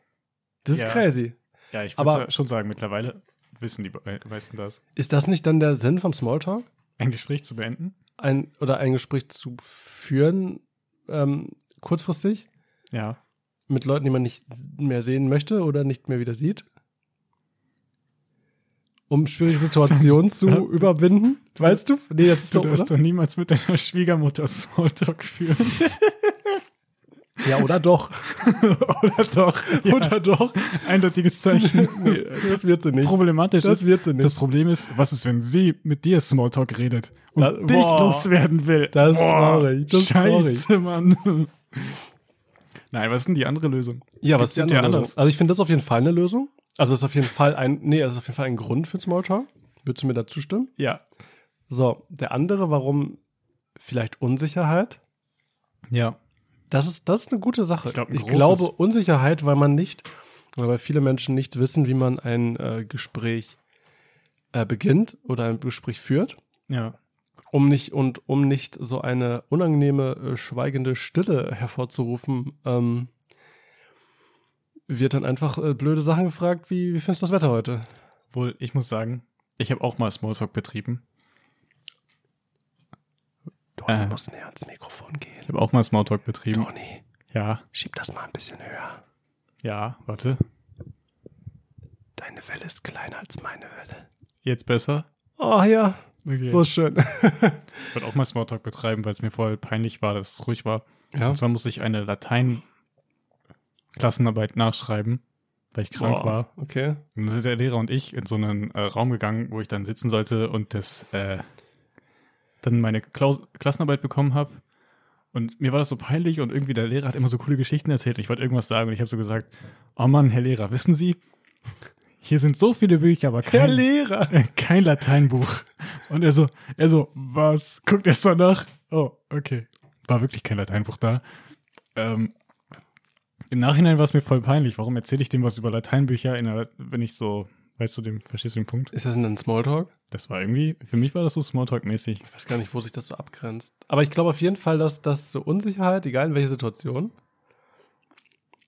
[SPEAKER 1] Das ist
[SPEAKER 2] Ja.
[SPEAKER 1] crazy.
[SPEAKER 2] ja, ich
[SPEAKER 1] aber-
[SPEAKER 2] würde schon sagen, mittlerweile wissen die be- meisten das.
[SPEAKER 1] Ist das nicht dann der Sinn vom Smalltalk?
[SPEAKER 2] Ein Gespräch zu beenden?
[SPEAKER 1] Ein, oder ein Gespräch zu führen, ähm, kurzfristig?
[SPEAKER 2] Ja.
[SPEAKER 1] mit Leuten, die man nicht mehr sehen möchte oder nicht mehr wieder sieht. Um schwierige Situationen zu überwinden. Weißt du? Nee, das ist
[SPEAKER 2] Du
[SPEAKER 1] so,
[SPEAKER 2] darfst
[SPEAKER 1] oder?
[SPEAKER 2] doch niemals mit deiner Schwiegermutter Smalltalk führen.
[SPEAKER 1] Ja, oder doch.
[SPEAKER 2] oder doch. Ja.
[SPEAKER 1] Oder doch.
[SPEAKER 2] Eindeutiges Zeichen.
[SPEAKER 1] Nee, das wird sie nicht.
[SPEAKER 2] Problematisch
[SPEAKER 1] Das
[SPEAKER 2] ist,
[SPEAKER 1] wird sie
[SPEAKER 2] Das
[SPEAKER 1] nicht.
[SPEAKER 2] Problem ist, was ist, wenn sie mit dir Smalltalk redet und
[SPEAKER 1] Da-
[SPEAKER 2] dich
[SPEAKER 1] boah.
[SPEAKER 2] loswerden will?
[SPEAKER 1] Das ist traurig, das ist
[SPEAKER 2] Scheiße, Mann. Nein, was ist denn die andere Lösung?
[SPEAKER 1] ja, was ist
[SPEAKER 2] Gibt's
[SPEAKER 1] die
[SPEAKER 2] denn
[SPEAKER 1] andere
[SPEAKER 2] die andere?
[SPEAKER 1] Lösung? Also ich finde das auf jeden Fall eine Lösung. Also das ist auf jeden Fall ein, nee, das ist auf jeden Fall ein Grund für Smalltalk. Würdest du mir dazu stimmen?
[SPEAKER 2] Ja.
[SPEAKER 1] So, der andere, warum vielleicht Unsicherheit?
[SPEAKER 2] Ja.
[SPEAKER 1] Das ist, das ist eine gute Sache. Ich,
[SPEAKER 2] Ich glaub, ein großes-
[SPEAKER 1] glaube, Unsicherheit, weil man nicht, oder weil viele Menschen nicht wissen, wie man ein äh, Gespräch äh, beginnt oder ein Gespräch führt,
[SPEAKER 2] Ja.
[SPEAKER 1] um nicht und um nicht so eine unangenehme, äh, schweigende Stille hervorzurufen, ähm, wird dann einfach äh, blöde Sachen gefragt, wie, wie findest du das Wetter heute?
[SPEAKER 2] Wohl, ich muss sagen, ich habe auch mal Smalltalk betrieben.
[SPEAKER 1] Toni
[SPEAKER 2] Äh.
[SPEAKER 1] muss näher ans Mikrofon
[SPEAKER 2] Ich
[SPEAKER 1] gehen.
[SPEAKER 2] habe auch mal Smalltalk betrieben.
[SPEAKER 1] Toni,
[SPEAKER 2] Ja.
[SPEAKER 1] schieb das mal ein bisschen höher.
[SPEAKER 2] Ja, warte.
[SPEAKER 1] Deine Welle ist kleiner als meine Welle.
[SPEAKER 2] Jetzt besser.
[SPEAKER 1] Oh ja,
[SPEAKER 2] Okay.
[SPEAKER 1] so schön.
[SPEAKER 2] Ich wollte auch mal Smalltalk betreiben, weil es mir voll peinlich war, dass es ruhig war.
[SPEAKER 1] Ja.
[SPEAKER 2] Und zwar musste ich eine Latein-Klassenarbeit nachschreiben, weil ich krank
[SPEAKER 1] Boah,
[SPEAKER 2] war.
[SPEAKER 1] Okay.
[SPEAKER 2] Und Dann sind der Lehrer und ich in so einen äh, Raum gegangen, wo ich dann sitzen sollte und das äh, dann meine Klaus Klassenarbeit bekommen habe. Und mir war das so peinlich und irgendwie der Lehrer hat immer so coole Geschichten erzählt. Und ich wollte irgendwas sagen und ich habe so gesagt: Oh Mann, Herr Lehrer, wissen Sie, hier sind so viele Bücher, aber
[SPEAKER 1] Herr
[SPEAKER 2] kein,
[SPEAKER 1] Lehrer.
[SPEAKER 2] kein Lateinbuch. Und er so, er so, was? Guckt erst mal nach. Oh, okay. War wirklich kein Lateinbuch da. Ähm, Im Nachhinein war es mir voll peinlich. Warum erzähle ich dem was über Lateinbücher, in der, wenn ich so, weißt du, dem, verstehst du den Punkt?
[SPEAKER 1] Ist das denn ein Smalltalk?
[SPEAKER 2] Das war irgendwie, für mich war das so Smalltalk-mäßig.
[SPEAKER 1] Ich weiß gar nicht, wo sich das so abgrenzt. Aber ich glaube auf jeden Fall, dass das so Unsicherheit, egal in welcher Situation,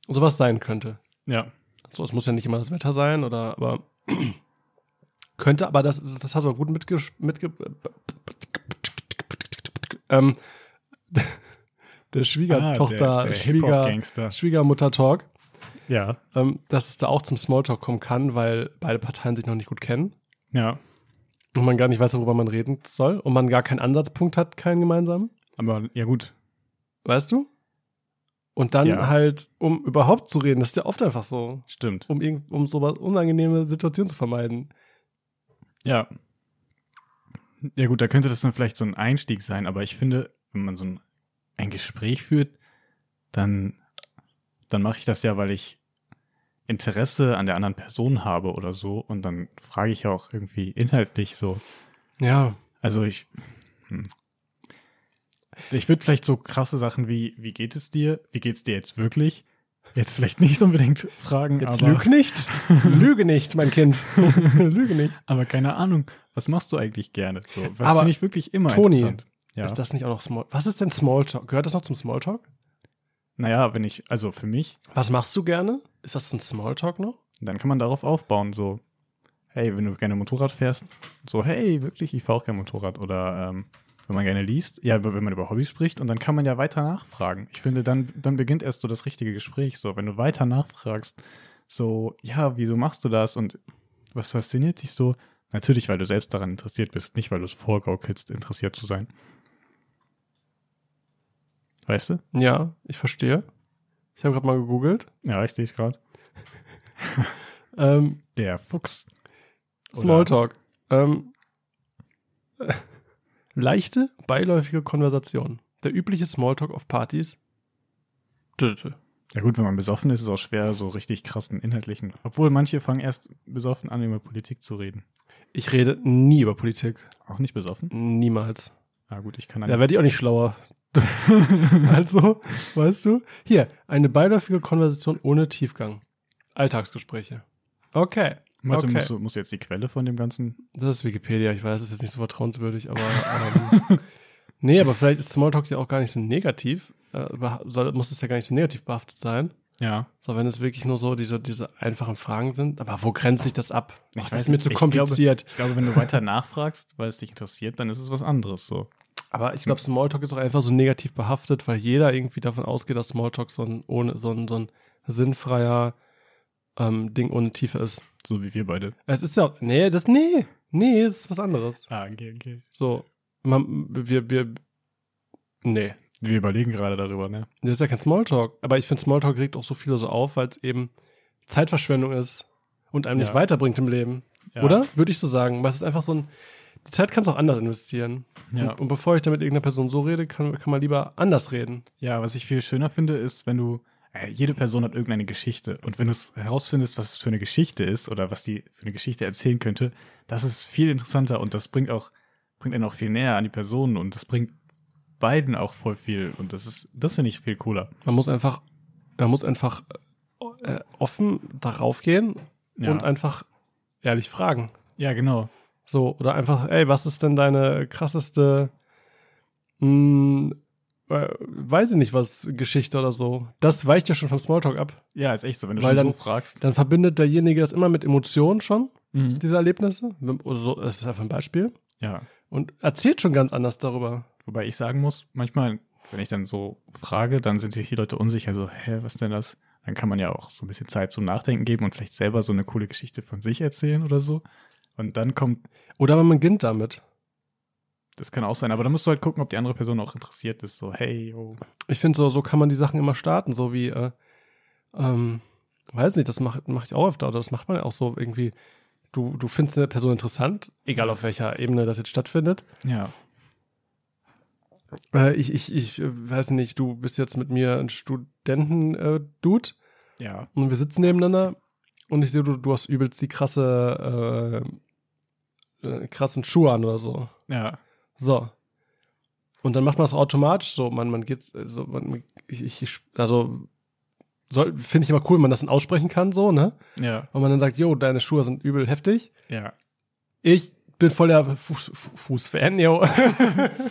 [SPEAKER 1] sowas sein könnte.
[SPEAKER 2] Ja,
[SPEAKER 1] So, es muss ja nicht immer das Wetter sein oder, aber könnte, aber das, das hast du auch gut mitge, mitge ähm, der Schwiegertochter,
[SPEAKER 2] Ah, der, der
[SPEAKER 1] Schwieger,
[SPEAKER 2] Hip-Hop-Gangster.
[SPEAKER 1] Schwiegermutter-Talk,
[SPEAKER 2] Ja,
[SPEAKER 1] ähm, dass es da auch zum Smalltalk kommen kann, weil beide Parteien sich noch nicht gut kennen.
[SPEAKER 2] ja.
[SPEAKER 1] Und man gar nicht weiß, worüber man reden soll. Und man gar keinen Ansatzpunkt hat, keinen gemeinsamen.
[SPEAKER 2] Aber ja gut,
[SPEAKER 1] Weißt du? Und dann
[SPEAKER 2] Ja.
[SPEAKER 1] halt, um überhaupt zu reden, das ist ja oft einfach so.
[SPEAKER 2] stimmt.
[SPEAKER 1] Um, irgend- um so was unangenehme Situationen zu vermeiden.
[SPEAKER 2] Ja. Ja gut, da könnte das dann vielleicht so ein Einstieg sein, aber ich finde, wenn man so ein, ein Gespräch führt, dann, dann mache ich das ja, weil ich Interesse an der anderen Person habe oder so und dann frage ich ja auch irgendwie inhaltlich so.
[SPEAKER 1] Ja.
[SPEAKER 2] Also ich. Hm. Ich würde vielleicht so krasse Sachen wie, wie geht es dir? Wie geht's dir jetzt wirklich? Jetzt vielleicht nicht unbedingt fragen,
[SPEAKER 1] Jetzt
[SPEAKER 2] aber.
[SPEAKER 1] lüg nicht. Lüge nicht, mein Kind. lüge nicht.
[SPEAKER 2] Aber keine Ahnung, was machst du eigentlich gerne? So, was
[SPEAKER 1] Aber,
[SPEAKER 2] finde ich wirklich immer
[SPEAKER 1] Toni,
[SPEAKER 2] interessant. Ja.
[SPEAKER 1] Ist das nicht auch noch Small Was ist denn Smalltalk? Gehört das noch zum Smalltalk?
[SPEAKER 2] Naja, wenn ich, also für mich,
[SPEAKER 1] Was machst du gerne? Ist das ein Smalltalk noch?
[SPEAKER 2] dann kann man darauf aufbauen, so, hey, wenn du gerne Motorrad fährst, so, hey, wirklich, ich fahre auch gerne Motorrad. Oder ähm, wenn man gerne liest, ja, wenn man über Hobbys spricht und dann kann man ja weiter nachfragen. Ich finde, dann, dann beginnt erst so das richtige Gespräch. So, wenn du weiter nachfragst, so, ja, wieso machst du das und was fasziniert dich so? Natürlich, weil du selbst daran interessiert bist, nicht weil du es vorgaukelst, interessiert zu sein. Weißt du?
[SPEAKER 1] Ja, ich verstehe. Ich habe gerade mal gegoogelt.
[SPEAKER 2] Ja, ich sehe es gerade.
[SPEAKER 1] Ähm,
[SPEAKER 2] Der Fuchs. Oder-
[SPEAKER 1] Smalltalk. Ähm, leichte, beiläufige Konversation. Der übliche Smalltalk auf Partys. Dödödö.
[SPEAKER 2] Ja gut, wenn man besoffen ist, ist es auch schwer, so richtig krassen inhaltlichen. Obwohl manche fangen erst besoffen an, über Politik zu reden.
[SPEAKER 1] Ich rede nie über Politik.
[SPEAKER 2] Auch nicht besoffen?
[SPEAKER 1] Niemals.
[SPEAKER 2] Ah gut, ich kann
[SPEAKER 1] Da werde ich auch nicht schlauer. also, weißt du? Hier, eine beiläufige Konversation ohne Tiefgang. Alltagsgespräche. Okay.
[SPEAKER 2] Warte,
[SPEAKER 1] okay.
[SPEAKER 2] musst, du, musst du jetzt die Quelle von dem Ganzen?
[SPEAKER 1] Das ist Wikipedia, ich weiß, das ist jetzt nicht so vertrauenswürdig, aber ähm, nee, aber vielleicht ist Smalltalk ja auch gar nicht so negativ, äh, beha- soll, muss es ja gar nicht so negativ behaftet sein,
[SPEAKER 2] Ja.
[SPEAKER 1] so wenn es wirklich nur so diese, diese einfachen Fragen sind, aber wo grenzt sich das ab?
[SPEAKER 2] Ich
[SPEAKER 1] Ach,
[SPEAKER 2] weiß
[SPEAKER 1] das ist mir
[SPEAKER 2] nicht,
[SPEAKER 1] zu
[SPEAKER 2] ich
[SPEAKER 1] kompliziert.
[SPEAKER 2] Ich glaube, wenn du weiter nachfragst, weil es dich interessiert, dann ist es was anderes so.
[SPEAKER 1] aber ich glaube, Smalltalk ist auch einfach so negativ behaftet, weil jeder irgendwie davon ausgeht, dass Smalltalk so ein, ohne, so ein, so ein sinnfreier ähm, Ding ohne Tiefe ist.
[SPEAKER 2] So wie wir beide.
[SPEAKER 1] Es ist ja auch, nee, das, nee, nee, das ist was anderes.
[SPEAKER 2] Ah, okay, okay.
[SPEAKER 1] So, man, wir, wir, nee.
[SPEAKER 2] Wir überlegen gerade darüber, ne?
[SPEAKER 1] Das ist ja kein Smalltalk. Aber ich finde, Smalltalk regt auch so viele so auf, weil es eben Zeitverschwendung ist und einem
[SPEAKER 2] Ja.
[SPEAKER 1] nicht weiterbringt im Leben.
[SPEAKER 2] Ja.
[SPEAKER 1] Oder? Würde ich so sagen. Weil es ist einfach so ein. Die Zeit kannst du auch anders investieren.
[SPEAKER 2] Ja.
[SPEAKER 1] Und, und bevor ich da mit irgendeiner Person so rede, kann, kann man lieber anders reden.
[SPEAKER 2] Ja, was ich viel schöner finde, ist, wenn du, äh, jede Person hat irgendeine Geschichte. Und wenn du es herausfindest, was es für eine Geschichte ist oder was die für eine Geschichte erzählen könnte, das ist viel interessanter und das bringt auch, bringt einen auch viel näher an die Person und das bringt beiden auch voll viel. Und das ist, das finde ich viel cooler.
[SPEAKER 1] Man muss einfach, man muss einfach äh, offen darauf gehen
[SPEAKER 2] Ja.
[SPEAKER 1] und einfach ehrlich fragen.
[SPEAKER 2] Ja, genau.
[SPEAKER 1] So, oder einfach, ey, was ist denn deine krasseste, mh, äh, weiß ich nicht was, Geschichte oder so. Das weicht ja schon vom Smalltalk ab.
[SPEAKER 2] Ja, ist echt so, wenn du
[SPEAKER 1] Weil
[SPEAKER 2] schon
[SPEAKER 1] dann-
[SPEAKER 2] so fragst.
[SPEAKER 1] Dann verbindet derjenige das immer mit Emotionen schon,
[SPEAKER 2] Mhm.
[SPEAKER 1] diese Erlebnisse. Oder so, das ist einfach ein Beispiel.
[SPEAKER 2] Ja.
[SPEAKER 1] Und erzählt schon ganz anders darüber.
[SPEAKER 2] Wobei ich sagen muss, manchmal, wenn ich dann so frage, dann sind sich die Leute unsicher, so, hä, was denn das? Dann kann man ja auch so ein bisschen Zeit zum Nachdenken geben und vielleicht selber so eine coole Geschichte von sich erzählen oder so. Und dann kommt,
[SPEAKER 1] Oder man beginnt damit.
[SPEAKER 2] das kann auch sein, aber dann musst du halt gucken, ob die andere Person auch interessiert ist, so, hey, yo.
[SPEAKER 1] Ich finde, so, so kann man die Sachen immer starten, so wie, äh, ähm, weiß nicht, das mache mach ich auch öfter, oder das macht man ja auch so irgendwie. Du, du findest eine Person interessant, egal auf welcher Ebene das jetzt stattfindet.
[SPEAKER 2] Ja,
[SPEAKER 1] Äh, ich, ich, ich äh, weiß nicht, du bist jetzt mit mir ein Studenten-Dude
[SPEAKER 2] ja,
[SPEAKER 1] und wir sitzen nebeneinander und ich sehe, du, du hast übelst die krasse, äh, äh, krassen Schuhe an oder so.
[SPEAKER 2] ja,
[SPEAKER 1] So. Und dann macht man das automatisch so. Man, man geht, also, man, ich, ich, also, soll- finde ich immer cool, wenn man das dann aussprechen kann, so, ne?
[SPEAKER 2] ja,
[SPEAKER 1] Und man dann sagt, jo, deine Schuhe sind übel heftig.
[SPEAKER 2] ja.
[SPEAKER 1] Ich bin voll der Fuß, Fu- Fußfan, yo.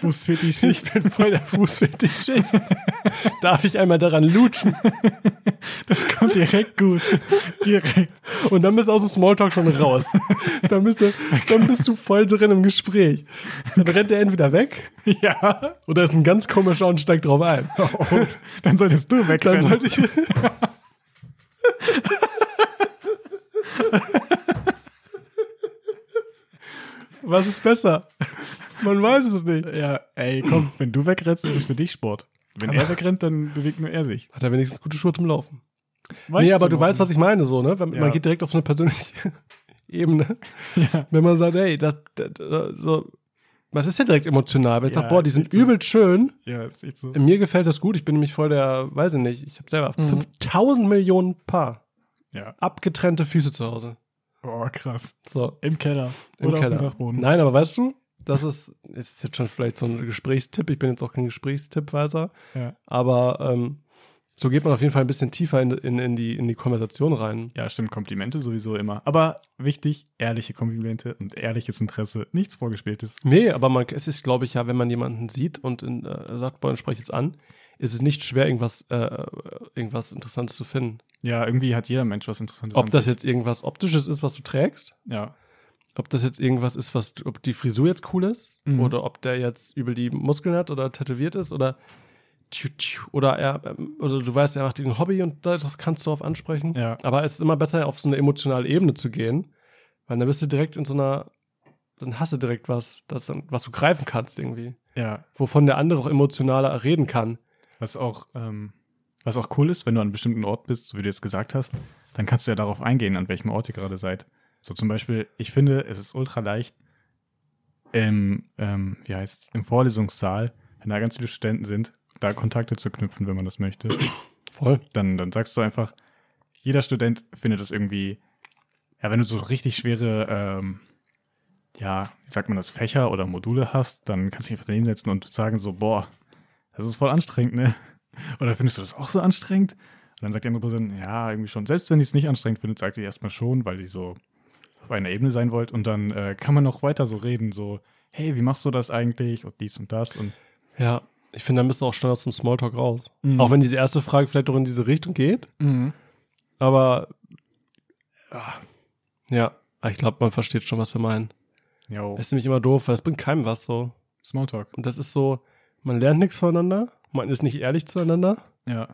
[SPEAKER 2] Fußfetisch.
[SPEAKER 1] Ich bin voll der Fußfetischist. Darf ich einmal daran lutschen?
[SPEAKER 2] Das kommt direkt gut. direkt.
[SPEAKER 1] Und dann bist du aus dem Smalltalk schon raus. Dann bist du, dann bist du voll drin im Gespräch. Dann rennt er entweder weg
[SPEAKER 2] Ja.
[SPEAKER 1] oder ist ein ganz komischer und steigt drauf ein.
[SPEAKER 2] Dann solltest du
[SPEAKER 1] Dann
[SPEAKER 2] wegrennen.
[SPEAKER 1] sollte ich.
[SPEAKER 2] Was ist besser? Man weiß es nicht.
[SPEAKER 1] Ja.
[SPEAKER 2] Ey, komm, wenn du wegrennst, ist es für dich Sport. Wenn er wegrennt, dann bewegt nur er sich.
[SPEAKER 1] Hat er wenigstens gute Schuhe zum Laufen.
[SPEAKER 2] Weißt
[SPEAKER 1] nee, aber du
[SPEAKER 2] warum?
[SPEAKER 1] weißt, was ich meine, so, ne? Wenn,
[SPEAKER 2] Ja.
[SPEAKER 1] Man geht direkt auf so eine persönliche Ebene.
[SPEAKER 2] Ja.
[SPEAKER 1] Wenn man sagt, ey, das, das, das, so, das ist ja direkt emotional. Wenn ich
[SPEAKER 2] Ja,
[SPEAKER 1] sage, boah, die
[SPEAKER 2] ist
[SPEAKER 1] sind
[SPEAKER 2] echt so.
[SPEAKER 1] übel schön,
[SPEAKER 2] Ja, ist echt so.
[SPEAKER 1] mir gefällt das gut, ich bin nämlich voll der, weiß ich nicht, ich habe selber
[SPEAKER 2] Mhm.
[SPEAKER 1] 5000 Millionen Paar
[SPEAKER 2] Ja.
[SPEAKER 1] abgetrennte Füße zu Hause.
[SPEAKER 2] Oh, krass.
[SPEAKER 1] So,
[SPEAKER 2] Im Keller.
[SPEAKER 1] im
[SPEAKER 2] Oder
[SPEAKER 1] Keller.
[SPEAKER 2] auf dem Dachboden.
[SPEAKER 1] Nein, aber weißt du, das ist, das ist jetzt schon vielleicht so ein Gesprächstipp, ich bin jetzt auch kein Gesprächstippweiser,
[SPEAKER 2] Ja.
[SPEAKER 1] aber ähm, so geht man auf jeden Fall ein bisschen tiefer in, in, in, die, in die Konversation rein.
[SPEAKER 2] ja, stimmt. Komplimente sowieso immer. Aber wichtig, ehrliche Komplimente und ehrliches Interesse. Nichts Vorgespieltes.
[SPEAKER 1] Nee, aber man, es ist, glaube ich, ja, wenn man jemanden sieht und in, äh, sagt, boah, spreche jetzt an, ist es nicht schwer, irgendwas, äh, irgendwas Interessantes zu finden.
[SPEAKER 2] Ja, irgendwie hat jeder Mensch was Interessantes.
[SPEAKER 1] Ob
[SPEAKER 2] an
[SPEAKER 1] das
[SPEAKER 2] sich.
[SPEAKER 1] jetzt irgendwas Optisches ist, was du trägst,
[SPEAKER 2] Ja.
[SPEAKER 1] ob das jetzt irgendwas ist, was, ob die Frisur jetzt cool ist
[SPEAKER 2] Mhm.
[SPEAKER 1] oder ob der jetzt übel die Muskeln hat oder tätowiert ist oder tschu, tschu, oder er ähm, oder du weißt, er macht ein Hobby und das kannst du darauf ansprechen.
[SPEAKER 2] Ja.
[SPEAKER 1] Aber es ist immer besser, auf so eine emotionale Ebene zu gehen, weil dann bist du direkt in so einer, dann hast du direkt was, das, dann- was du greifen kannst irgendwie,
[SPEAKER 2] Ja.
[SPEAKER 1] wovon der andere auch emotionaler reden kann.
[SPEAKER 2] Was auch, ähm, was auch cool ist, wenn du an einem bestimmten Ort bist, so wie du jetzt gesagt hast, dann kannst du ja darauf eingehen, an welchem Ort ihr gerade seid. So zum Beispiel, ich finde, es ist ultra leicht, im, ähm, wie heißt im Vorlesungssaal, wenn da ganz viele Studenten sind, da Kontakte zu knüpfen, wenn man das möchte.
[SPEAKER 1] Voll.
[SPEAKER 2] Dann, dann sagst du einfach, jeder Student findet das irgendwie, ja, wenn du so richtig schwere, ähm, ja, wie sagt man das, Fächer oder Module hast, dann kannst du dich einfach daneben setzen und sagen so, boah, das ist voll anstrengend, ne? Oder findest du das auch so anstrengend? Und dann sagt die andere Person, ja, irgendwie schon. Selbst wenn die es nicht anstrengend findet, sagt sie erstmal schon, weil die so auf einer Ebene sein wollt. Und dann äh, kann man noch weiter so reden, so, hey, wie machst du das eigentlich? Und dies und das. Und
[SPEAKER 1] Ja. Ich finde, dann bist du auch schnell aus dem Smalltalk raus. Mhm.
[SPEAKER 2] Mhm.
[SPEAKER 1] Auch wenn diese erste Frage vielleicht auch in diese Richtung geht. Aber ah, ja, Aber ich glaube, man versteht schon, was wir meinen.
[SPEAKER 2] Jo,
[SPEAKER 1] Es ist nämlich immer doof, weil es bringt keinem was so.
[SPEAKER 2] Smalltalk.
[SPEAKER 1] Und das ist so, man lernt nichts voneinander, man ist nicht ehrlich zueinander
[SPEAKER 2] Ja.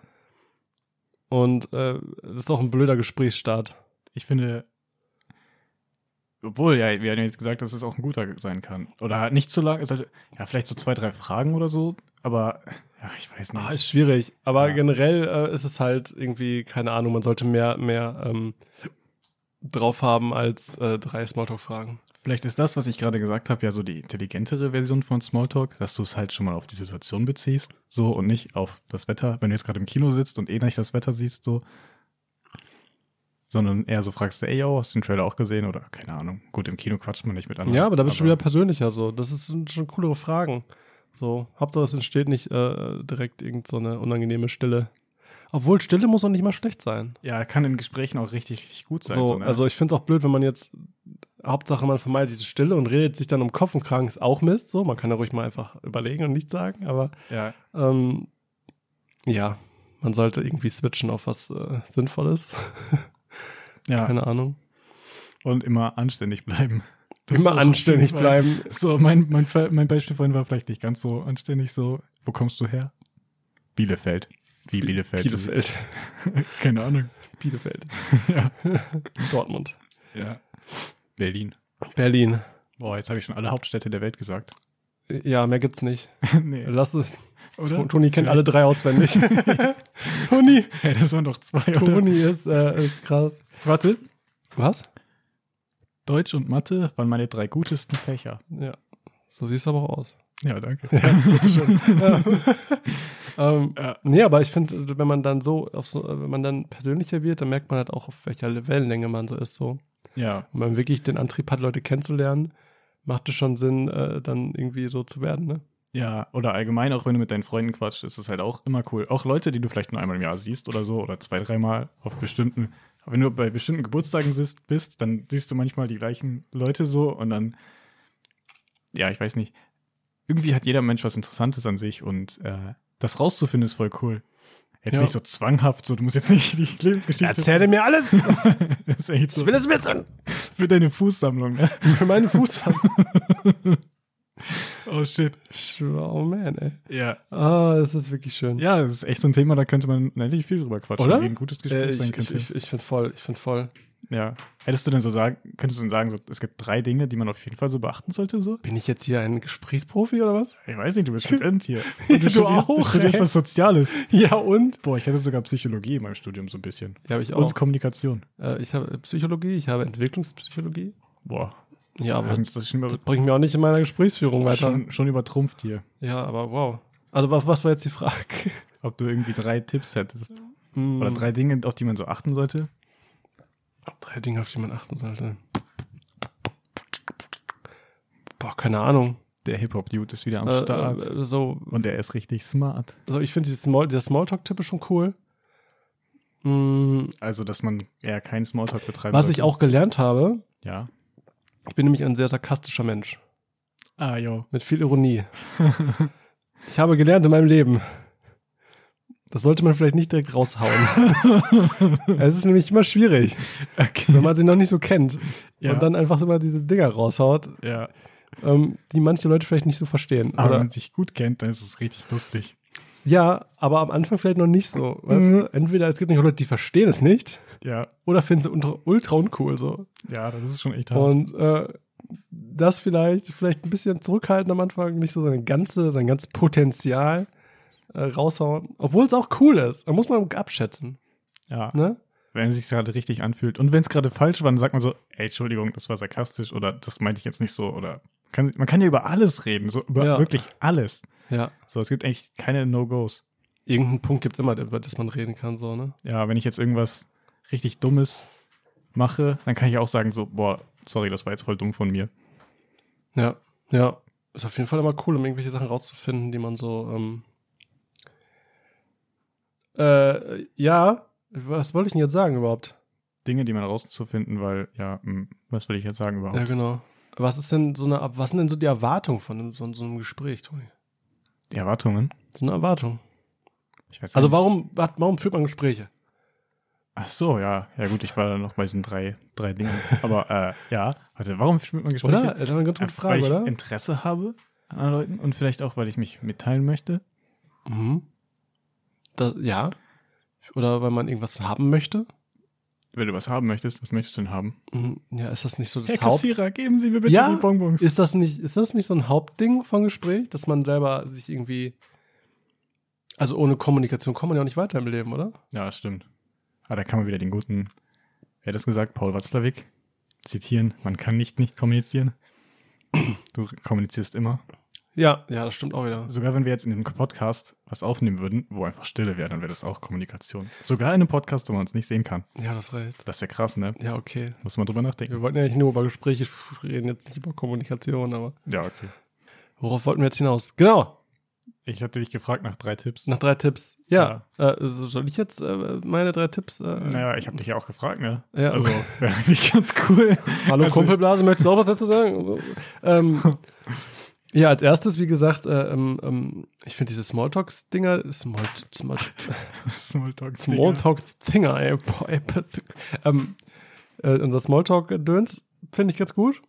[SPEAKER 1] und äh, das ist auch ein blöder Gesprächsstart.
[SPEAKER 2] Ich finde, obwohl, ja, wir hatten jetzt gesagt, dass es auch ein guter sein kann. Oder halt nicht zu lang, es sollte, ja, vielleicht so zwei, drei Fragen oder so, aber ja, ich weiß nicht.
[SPEAKER 1] Ah, ist schwierig. Aber
[SPEAKER 2] Mhm. Ja.
[SPEAKER 1] generell äh, ist es halt irgendwie, keine Ahnung, man sollte mehr, mehr ähm, drauf haben als äh, drei Smalltalk-Fragen.
[SPEAKER 2] Vielleicht ist das, was ich gerade gesagt habe, ja so die intelligentere Version von Smalltalk, dass du es halt schon mal auf die Situation beziehst, so und nicht auf das Wetter, wenn du jetzt gerade im Kino sitzt und eh nicht das Wetter siehst, so. Sondern eher so fragst du, ey, yo, hast du den Trailer auch gesehen oder keine Ahnung. Gut, im Kino quatscht man nicht mit anderen.
[SPEAKER 1] Ja, aber da bist du wieder persönlicher so. Das ist, sind schon coolere Fragen. So, Hauptsache es entsteht nicht äh, direkt irgend so eine unangenehme Stille. Obwohl Stille muss auch nicht mal schlecht sein.
[SPEAKER 2] Ja, kann in Gesprächen auch richtig, richtig gut sein.
[SPEAKER 1] so,
[SPEAKER 2] ne?
[SPEAKER 1] Also ich finde es auch blöd, wenn man jetzt Hauptsache man vermeidet diese Stille und redet sich dann um Kopf und Kragen ist auch Mist. So, man kann ja ruhig mal einfach überlegen und nichts sagen, aber
[SPEAKER 2] ja,
[SPEAKER 1] ähm, ja, man sollte irgendwie switchen auf was äh, Sinnvolles.
[SPEAKER 2] ja.
[SPEAKER 1] Keine Ahnung.
[SPEAKER 2] Und immer anständig bleiben. Das ist
[SPEAKER 1] Immer
[SPEAKER 2] auch
[SPEAKER 1] anständig
[SPEAKER 2] auf jeden Fall-
[SPEAKER 1] bleiben.
[SPEAKER 2] So, mein, mein, Ver- mein Beispiel vorhin war vielleicht nicht ganz so anständig. So, wo kommst du her? Bielefeld. Wie Bielefeld?
[SPEAKER 1] Bielefeld.
[SPEAKER 2] Keine Ahnung.
[SPEAKER 1] Bielefeld.
[SPEAKER 2] ja.
[SPEAKER 1] Dortmund.
[SPEAKER 2] ja. Berlin.
[SPEAKER 1] Berlin.
[SPEAKER 2] Boah, jetzt habe ich schon alle Hauptstädte der Welt gesagt.
[SPEAKER 1] Ja, mehr gibt's nicht.
[SPEAKER 2] nee,
[SPEAKER 1] Lass es.
[SPEAKER 2] oder?
[SPEAKER 1] Toni kennt alle drei auswendig. Toni.
[SPEAKER 2] Hey, das waren doch zwei, oder?
[SPEAKER 1] Toni ist, äh, ist krass.
[SPEAKER 2] Warte.
[SPEAKER 1] Was?
[SPEAKER 2] Deutsch und Mathe waren meine drei gutesten Fächer.
[SPEAKER 1] Ja. So siehst du aber auch aus.
[SPEAKER 2] Ja, danke.
[SPEAKER 1] ähm,
[SPEAKER 2] Ja.
[SPEAKER 1] Nee, aber ich finde, wenn man dann so, auf so, wenn man dann persönlicher wird, dann merkt man halt auch, auf welcher Wellenlänge man so ist. So.
[SPEAKER 2] ja,
[SPEAKER 1] Wenn man wirklich den Antrieb hat, Leute kennenzulernen, macht es schon Sinn, äh, dann irgendwie so zu werden, ne?
[SPEAKER 2] Ja, oder allgemein, auch wenn du mit deinen Freunden quatscht, ist es halt auch immer cool. Auch Leute, die du vielleicht nur einmal im Jahr siehst oder so, oder zwei, dreimal auf bestimmten, wenn du bei bestimmten Geburtstagen sitzt, bist, dann siehst du manchmal die gleichen Leute so und dann, ja, ich weiß nicht. Irgendwie hat jeder Mensch was Interessantes an sich und äh, das rauszufinden ist voll cool. Jetzt
[SPEAKER 1] Ja.
[SPEAKER 2] nicht so zwanghaft, so du musst jetzt nicht die Lebensgeschichte.
[SPEAKER 1] mir alles!
[SPEAKER 2] das ist echt so,
[SPEAKER 1] es wissen!
[SPEAKER 2] für deine Fußsammlung, ne?
[SPEAKER 1] Für meine Fußfall.
[SPEAKER 2] Oh shit.
[SPEAKER 1] oh man, ey.
[SPEAKER 2] Ja.
[SPEAKER 1] Ah, das ist wirklich schön.
[SPEAKER 2] Ja, das ist echt so ein Thema, da könnte man unendlich viel drüber quatschen,
[SPEAKER 1] Oder?
[SPEAKER 2] wie ein gutes
[SPEAKER 1] Äh,
[SPEAKER 2] Gespräch
[SPEAKER 1] ich
[SPEAKER 2] sein könnte.
[SPEAKER 1] ich, ich, ich finde voll, ich finde voll.
[SPEAKER 2] Ja. Hättest du denn so sagen, könntest du denn sagen, so, es gibt drei Dinge, die man auf jeden Fall so beachten sollte? So?
[SPEAKER 1] Bin ich jetzt hier ein Gesprächsprofi oder was?
[SPEAKER 2] Ich weiß nicht, du bist Student hier.
[SPEAKER 1] Ja,
[SPEAKER 2] du studierst, du studierst
[SPEAKER 1] ey.
[SPEAKER 2] was Soziales.
[SPEAKER 1] Ja, und?
[SPEAKER 2] Boah, ich hatte sogar Psychologie in meinem Studium so ein bisschen.
[SPEAKER 1] Ja, habe ich auch.
[SPEAKER 2] Und Kommunikation.
[SPEAKER 1] Äh, ich habe Psychologie, ich habe Entwicklungspsychologie.
[SPEAKER 2] Boah.
[SPEAKER 1] Ja, aber
[SPEAKER 2] das ist schon, über,
[SPEAKER 1] das bringt mir auch nicht in meiner Gesprächsführung weiter.
[SPEAKER 2] schon, schon übertrumpft hier.
[SPEAKER 1] Ja, aber wow. Also was, was war jetzt die Frage?
[SPEAKER 2] Ob du irgendwie drei Tipps hättest.
[SPEAKER 1] Hm,
[SPEAKER 2] Oder drei Dinge, auf die man so achten sollte.
[SPEAKER 1] drei Dinge, auf die man achten sollte. Boah, keine Ahnung.
[SPEAKER 2] Der Hip-Hop-Dude ist wieder am
[SPEAKER 1] Äh,
[SPEAKER 2] Start.
[SPEAKER 1] äh, so,
[SPEAKER 2] Und er ist richtig smart.
[SPEAKER 1] also ich finde Small, der Smalltalk-Tipp ist schon cool. Hm,
[SPEAKER 2] Also, dass man eher keinen Smalltalk betreiben
[SPEAKER 1] was ich auch gelernt habe,
[SPEAKER 2] Ja.
[SPEAKER 1] ich bin nämlich ein sehr sarkastischer Mensch.
[SPEAKER 2] Ah, jo.
[SPEAKER 1] Mit viel Ironie. ich habe gelernt in meinem Leben. Das sollte man vielleicht nicht direkt raushauen. es ist nämlich immer schwierig,
[SPEAKER 2] Okay.
[SPEAKER 1] wenn man sie noch nicht so kennt.
[SPEAKER 2] Ja.
[SPEAKER 1] Und dann einfach immer diese Dinger raushaut,
[SPEAKER 2] Ja.
[SPEAKER 1] ähm, die manche Leute vielleicht nicht so verstehen.
[SPEAKER 2] Aber wenn
[SPEAKER 1] Oder,
[SPEAKER 2] man sich gut kennt, dann ist es richtig lustig.
[SPEAKER 1] ja, aber am Anfang vielleicht noch nicht so. Weißt
[SPEAKER 2] Mhm.
[SPEAKER 1] du? Entweder es gibt nicht Leute, die verstehen es nicht,
[SPEAKER 2] Ja.
[SPEAKER 1] oder finden sie ultra, ultra uncool so.
[SPEAKER 2] Ja, das ist schon echt
[SPEAKER 1] Und äh, das vielleicht, vielleicht ein bisschen zurückhalten am Anfang, nicht so sein ganze, sein ganzes Potenzial äh, raushauen. Obwohl es auch cool ist. Da muss man abschätzen.
[SPEAKER 2] Ja.
[SPEAKER 1] Ne?
[SPEAKER 2] Wenn es sich gerade richtig anfühlt. Und wenn es gerade falsch war, dann sagt man so, ey, Entschuldigung, das war sarkastisch oder das meinte ich jetzt nicht so. Oder kann, man kann ja über alles reden, so über
[SPEAKER 1] Ja.
[SPEAKER 2] wirklich alles.
[SPEAKER 1] Ja.
[SPEAKER 2] So, es gibt eigentlich keine No-Gos.
[SPEAKER 1] Irgendeinen Punkt gibt es immer, über das man reden kann, so, ne?
[SPEAKER 2] Ja, wenn ich jetzt irgendwas richtig Dummes mache, dann kann ich auch sagen so, boah, sorry, das war jetzt voll dumm von mir.
[SPEAKER 1] Ja, ja. Ist auf jeden Fall immer cool, um irgendwelche Sachen rauszufinden, die man so. Ähm äh, ja, was wollte ich denn jetzt sagen überhaupt?
[SPEAKER 2] Dinge, die man rauszufinden, weil, ja, hm, was will ich jetzt sagen überhaupt?
[SPEAKER 1] Ja, genau. Was ist denn so eine, was sind denn so die Erwartungen von einem, so, so einem Gespräch, Toni?
[SPEAKER 2] Die Erwartungen.
[SPEAKER 1] So eine Erwartung.
[SPEAKER 2] Ich weiß
[SPEAKER 1] Also
[SPEAKER 2] nicht.
[SPEAKER 1] warum, hat- warum führt man Gespräche?
[SPEAKER 2] Ach so, ja. Ja gut, ich war da noch bei diesen drei, drei Dingen. Aber äh, ja, warte, warum spielt man Gespräche?
[SPEAKER 1] Oder? Das ist eine ganz gute
[SPEAKER 2] Einfach,
[SPEAKER 1] Frage,
[SPEAKER 2] weil ich
[SPEAKER 1] oder?
[SPEAKER 2] Interesse habe an anderen Leuten und vielleicht auch, weil ich mich mitteilen möchte.
[SPEAKER 1] Mhm. Das, ja. Oder weil man irgendwas haben möchte?
[SPEAKER 2] Wenn du was haben möchtest, was möchtest du denn haben?
[SPEAKER 1] Mhm. Ja, ist das nicht so das
[SPEAKER 2] Herr
[SPEAKER 1] Haupt?
[SPEAKER 2] Kassierer, geben Sie mir bitte
[SPEAKER 1] Ja,
[SPEAKER 2] die Bonbons.
[SPEAKER 1] Ist das nicht, ist das nicht so ein Hauptding von Gespräch, dass man selber sich irgendwie, also ohne Kommunikation kommt man ja auch nicht weiter im Leben, oder?
[SPEAKER 2] ja, stimmt. Ah, da kann man wieder den guten, wer hat das gesagt? Paul Watzlawick. Zitieren, man kann nicht nicht kommunizieren. Du kommunizierst immer.
[SPEAKER 1] Ja, ja, das stimmt auch wieder.
[SPEAKER 2] Sogar wenn wir jetzt in einem Podcast was aufnehmen würden, wo einfach Stille wäre, dann wäre das auch Kommunikation. Sogar in einem Podcast, wo man uns nicht sehen kann.
[SPEAKER 1] Ja, das ist recht.
[SPEAKER 2] Das wäre krass, ne?
[SPEAKER 1] Ja, okay.
[SPEAKER 2] Muss man drüber nachdenken.
[SPEAKER 1] Wir wollten ja nicht nur über Gespräche reden, jetzt nicht über Kommunikation, aber
[SPEAKER 2] Ja, okay.
[SPEAKER 1] worauf wollten wir jetzt hinaus? Genau,
[SPEAKER 2] Ich hatte dich gefragt nach drei Tipps.
[SPEAKER 1] nach drei Tipps. Ja, Äh, so- soll ich jetzt äh, meine drei Tipps? Äh,
[SPEAKER 2] Naja, ich habe dich Ähm, ja auch gefragt, ne?
[SPEAKER 1] Ja,
[SPEAKER 2] also,
[SPEAKER 1] okay.
[SPEAKER 2] wäre eigentlich ganz cool.
[SPEAKER 1] Hallo
[SPEAKER 2] Also-
[SPEAKER 1] Kumpelblase, möchtest du auch was dazu sagen? ähm, ja, als erstes, wie gesagt, äh, ähm, ähm, ich finde diese Smalltalks-Dinger, Small, Small,
[SPEAKER 2] Smalltalk.
[SPEAKER 1] Smalltalk-Dinger, ey. Boah, ey perfekt. ähm, äh, unser Smalltalk-Döns finde ich ganz gut.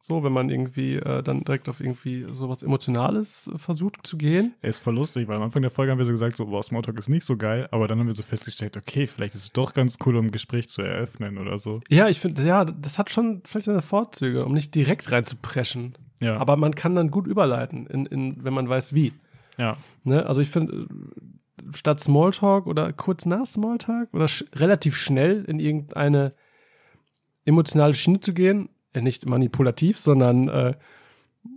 [SPEAKER 1] So, wenn man irgendwie äh, dann direkt auf irgendwie sowas Emotionales äh, versucht zu gehen.
[SPEAKER 2] Ist voll lustig, weil am Anfang der Folge haben wir so gesagt, so, boah, Smalltalk ist nicht so geil, aber dann haben wir so festgestellt, okay, vielleicht ist es doch ganz cool, um ein Gespräch zu eröffnen oder so.
[SPEAKER 1] Ja, ich finde, ja, das hat schon vielleicht seine Vorzüge, um nicht direkt reinzupreschen.
[SPEAKER 2] Ja,
[SPEAKER 1] Aber man kann dann gut überleiten, in, in, wenn man weiß, wie.
[SPEAKER 2] ja,
[SPEAKER 1] Ne? Also ich finde, äh, statt Smalltalk oder kurz nach Smalltalk oder sch relativ schnell in irgendeine emotionale Schiene zu gehen, äh, nicht manipulativ, sondern äh,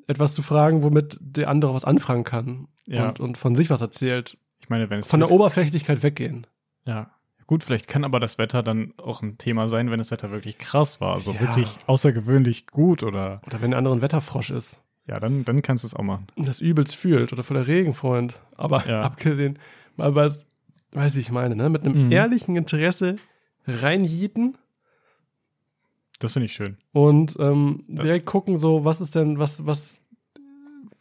[SPEAKER 1] etwas zu fragen, womit der andere was anfangen kann
[SPEAKER 2] ja.
[SPEAKER 1] und, und von sich was erzählt.
[SPEAKER 2] ich meine, wenn es
[SPEAKER 1] Von der Oberflächlichkeit weggehen.
[SPEAKER 2] ja. Gut, vielleicht kann aber das Wetter dann auch ein Thema sein, wenn das Wetter wirklich krass war, so
[SPEAKER 1] Ja.
[SPEAKER 2] wirklich außergewöhnlich gut oder
[SPEAKER 1] Oder wenn der andere ein Wetterfrosch ist
[SPEAKER 2] ja, dann, dann kannst du es auch machen.
[SPEAKER 1] und das übelst fühlt oder voller Regenfreund. Aber
[SPEAKER 2] Ja.
[SPEAKER 1] abgesehen, mal weiß, weiß, wie ich meine, ne? mit einem
[SPEAKER 2] Mhm.
[SPEAKER 1] ehrlichen Interesse reinjieten
[SPEAKER 2] Das finde ich schön.
[SPEAKER 1] Und ähm, direkt gucken, so, was ist denn, was, was,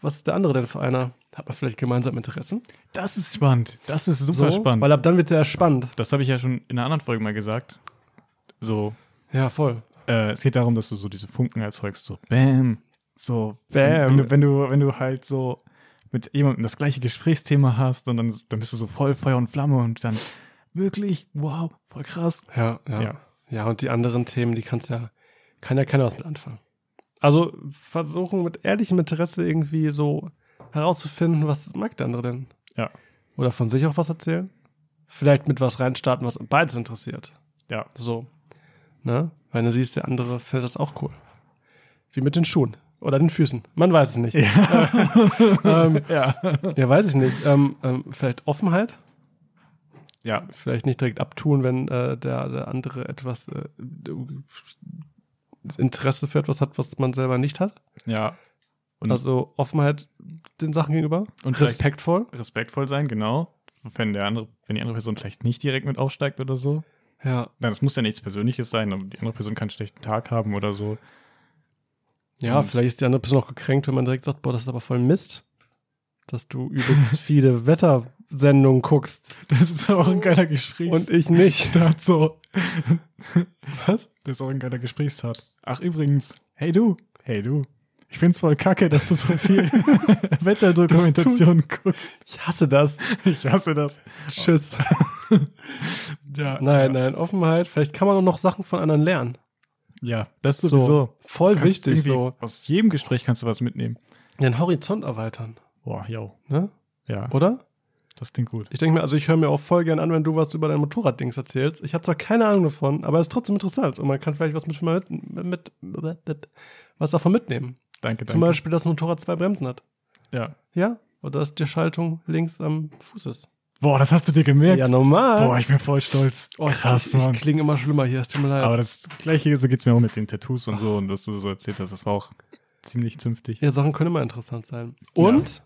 [SPEAKER 1] was ist der andere denn für einer? Hat man vielleicht gemeinsam Interessen?
[SPEAKER 2] Das ist spannend. Das ist
[SPEAKER 1] so,
[SPEAKER 2] super spannend.
[SPEAKER 1] Weil ab dann wird es ja erst spannend.
[SPEAKER 2] das habe ich ja schon in einer anderen Folge mal gesagt. So,
[SPEAKER 1] Ja, voll.
[SPEAKER 2] äh, es geht darum, dass du so diese Funken erzeugst, so Bam, so
[SPEAKER 1] Bam.
[SPEAKER 2] Wenn du, wenn du, wenn du halt so mit jemandem das gleiche Gesprächsthema hast und dann, dann bist du so voll Feuer und Flamme und dann wirklich, wow, voll krass.
[SPEAKER 1] Ja, ja.
[SPEAKER 2] Ja.
[SPEAKER 1] Ja, Ja, und die anderen Themen, die kannst ja, kann ja keiner was mit anfangen. Also versuchen mit ehrlichem Interesse irgendwie so herauszufinden, was mag der andere denn?
[SPEAKER 2] Ja.
[SPEAKER 1] Oder von sich auch was erzählen? Vielleicht mit was reinstarten, was beides interessiert.
[SPEAKER 2] Ja.
[SPEAKER 1] So. Ne? Wenn du siehst, der andere findet das auch cool. Wie mit den Schuhen oder den Füßen. Man weiß es nicht. ähm,
[SPEAKER 2] Ja.
[SPEAKER 1] ja, weiß ich nicht. Ähm, ähm, vielleicht Offenheit.
[SPEAKER 2] Ja.
[SPEAKER 1] Vielleicht nicht direkt abtun, wenn äh, der, der andere etwas äh, Interesse für etwas hat, was man selber nicht hat.
[SPEAKER 2] Ja. Und-
[SPEAKER 1] also Offenheit den Sachen gegenüber.
[SPEAKER 2] Und vielleicht-
[SPEAKER 1] respektvoll.
[SPEAKER 2] Respektvoll sein, genau. Wenn der andere, wenn die andere Person vielleicht nicht direkt mit aufsteigt oder so.
[SPEAKER 1] Ja.
[SPEAKER 2] Nein, das muss ja nichts Persönliches sein, aber die andere Person kann einen schlechten Tag haben oder so.
[SPEAKER 1] Ja,
[SPEAKER 2] Und-
[SPEAKER 1] vielleicht ist die andere Person auch gekränkt, wenn man direkt sagt, boah, das ist aber voll Mist, dass du übelst viele Wettersendungen guckst
[SPEAKER 2] Das ist aber auch ein geiler Gesprächs.
[SPEAKER 1] und ich nicht.
[SPEAKER 2] Start so. Was? Das ist auch ein geiler Gesprächstat. Ach, übrigens. Hey du. Hey du. Ich find's voll kacke, dass du so viel Wetterdokumentation guckst.
[SPEAKER 1] Ich hasse das.
[SPEAKER 2] Ich hasse das.
[SPEAKER 1] Tschüss.
[SPEAKER 2] Ja,
[SPEAKER 1] Nein,
[SPEAKER 2] ja.
[SPEAKER 1] nein, Offenheit. Vielleicht kann man auch noch Sachen von anderen lernen.
[SPEAKER 2] Ja, das sowieso.
[SPEAKER 1] So, voll
[SPEAKER 2] Kannst
[SPEAKER 1] wichtig
[SPEAKER 2] irgendwie-
[SPEAKER 1] so.
[SPEAKER 2] Aus jedem Gespräch kannst du was mitnehmen.
[SPEAKER 1] Den Horizont erweitern,
[SPEAKER 2] Boah, yo.
[SPEAKER 1] ne?
[SPEAKER 2] Ja,
[SPEAKER 1] Oder?
[SPEAKER 2] das klingt gut.
[SPEAKER 1] Ich denke mir, also ich höre mir auch voll gern an, wenn du was über dein Motorraddings erzählst. Ich habe zwar keine Ahnung davon, aber es ist trotzdem interessant und man kann vielleicht was mit, mit, mit, mit, mit was davon mitnehmen.
[SPEAKER 2] Danke, danke.
[SPEAKER 1] Zum Beispiel, dass ein Motorrad zwei Bremsen hat.
[SPEAKER 2] Ja.
[SPEAKER 1] Ja, oder dass die Schaltung links am Fuß ist.
[SPEAKER 2] Boah, das hast du dir gemerkt.
[SPEAKER 1] Ja, normal.
[SPEAKER 2] Boah, ich bin voll stolz.
[SPEAKER 1] Oh,
[SPEAKER 2] Krass,
[SPEAKER 1] ich, ich
[SPEAKER 2] Mann.
[SPEAKER 1] klinge immer schlimmer hier, es tut mir leid.
[SPEAKER 2] Aber das gleiche, so geht's mir auch mit den Tattoos und so und was du so erzählt hast, das war auch ziemlich zünftig.
[SPEAKER 1] ja, Sachen können immer interessant sein. Und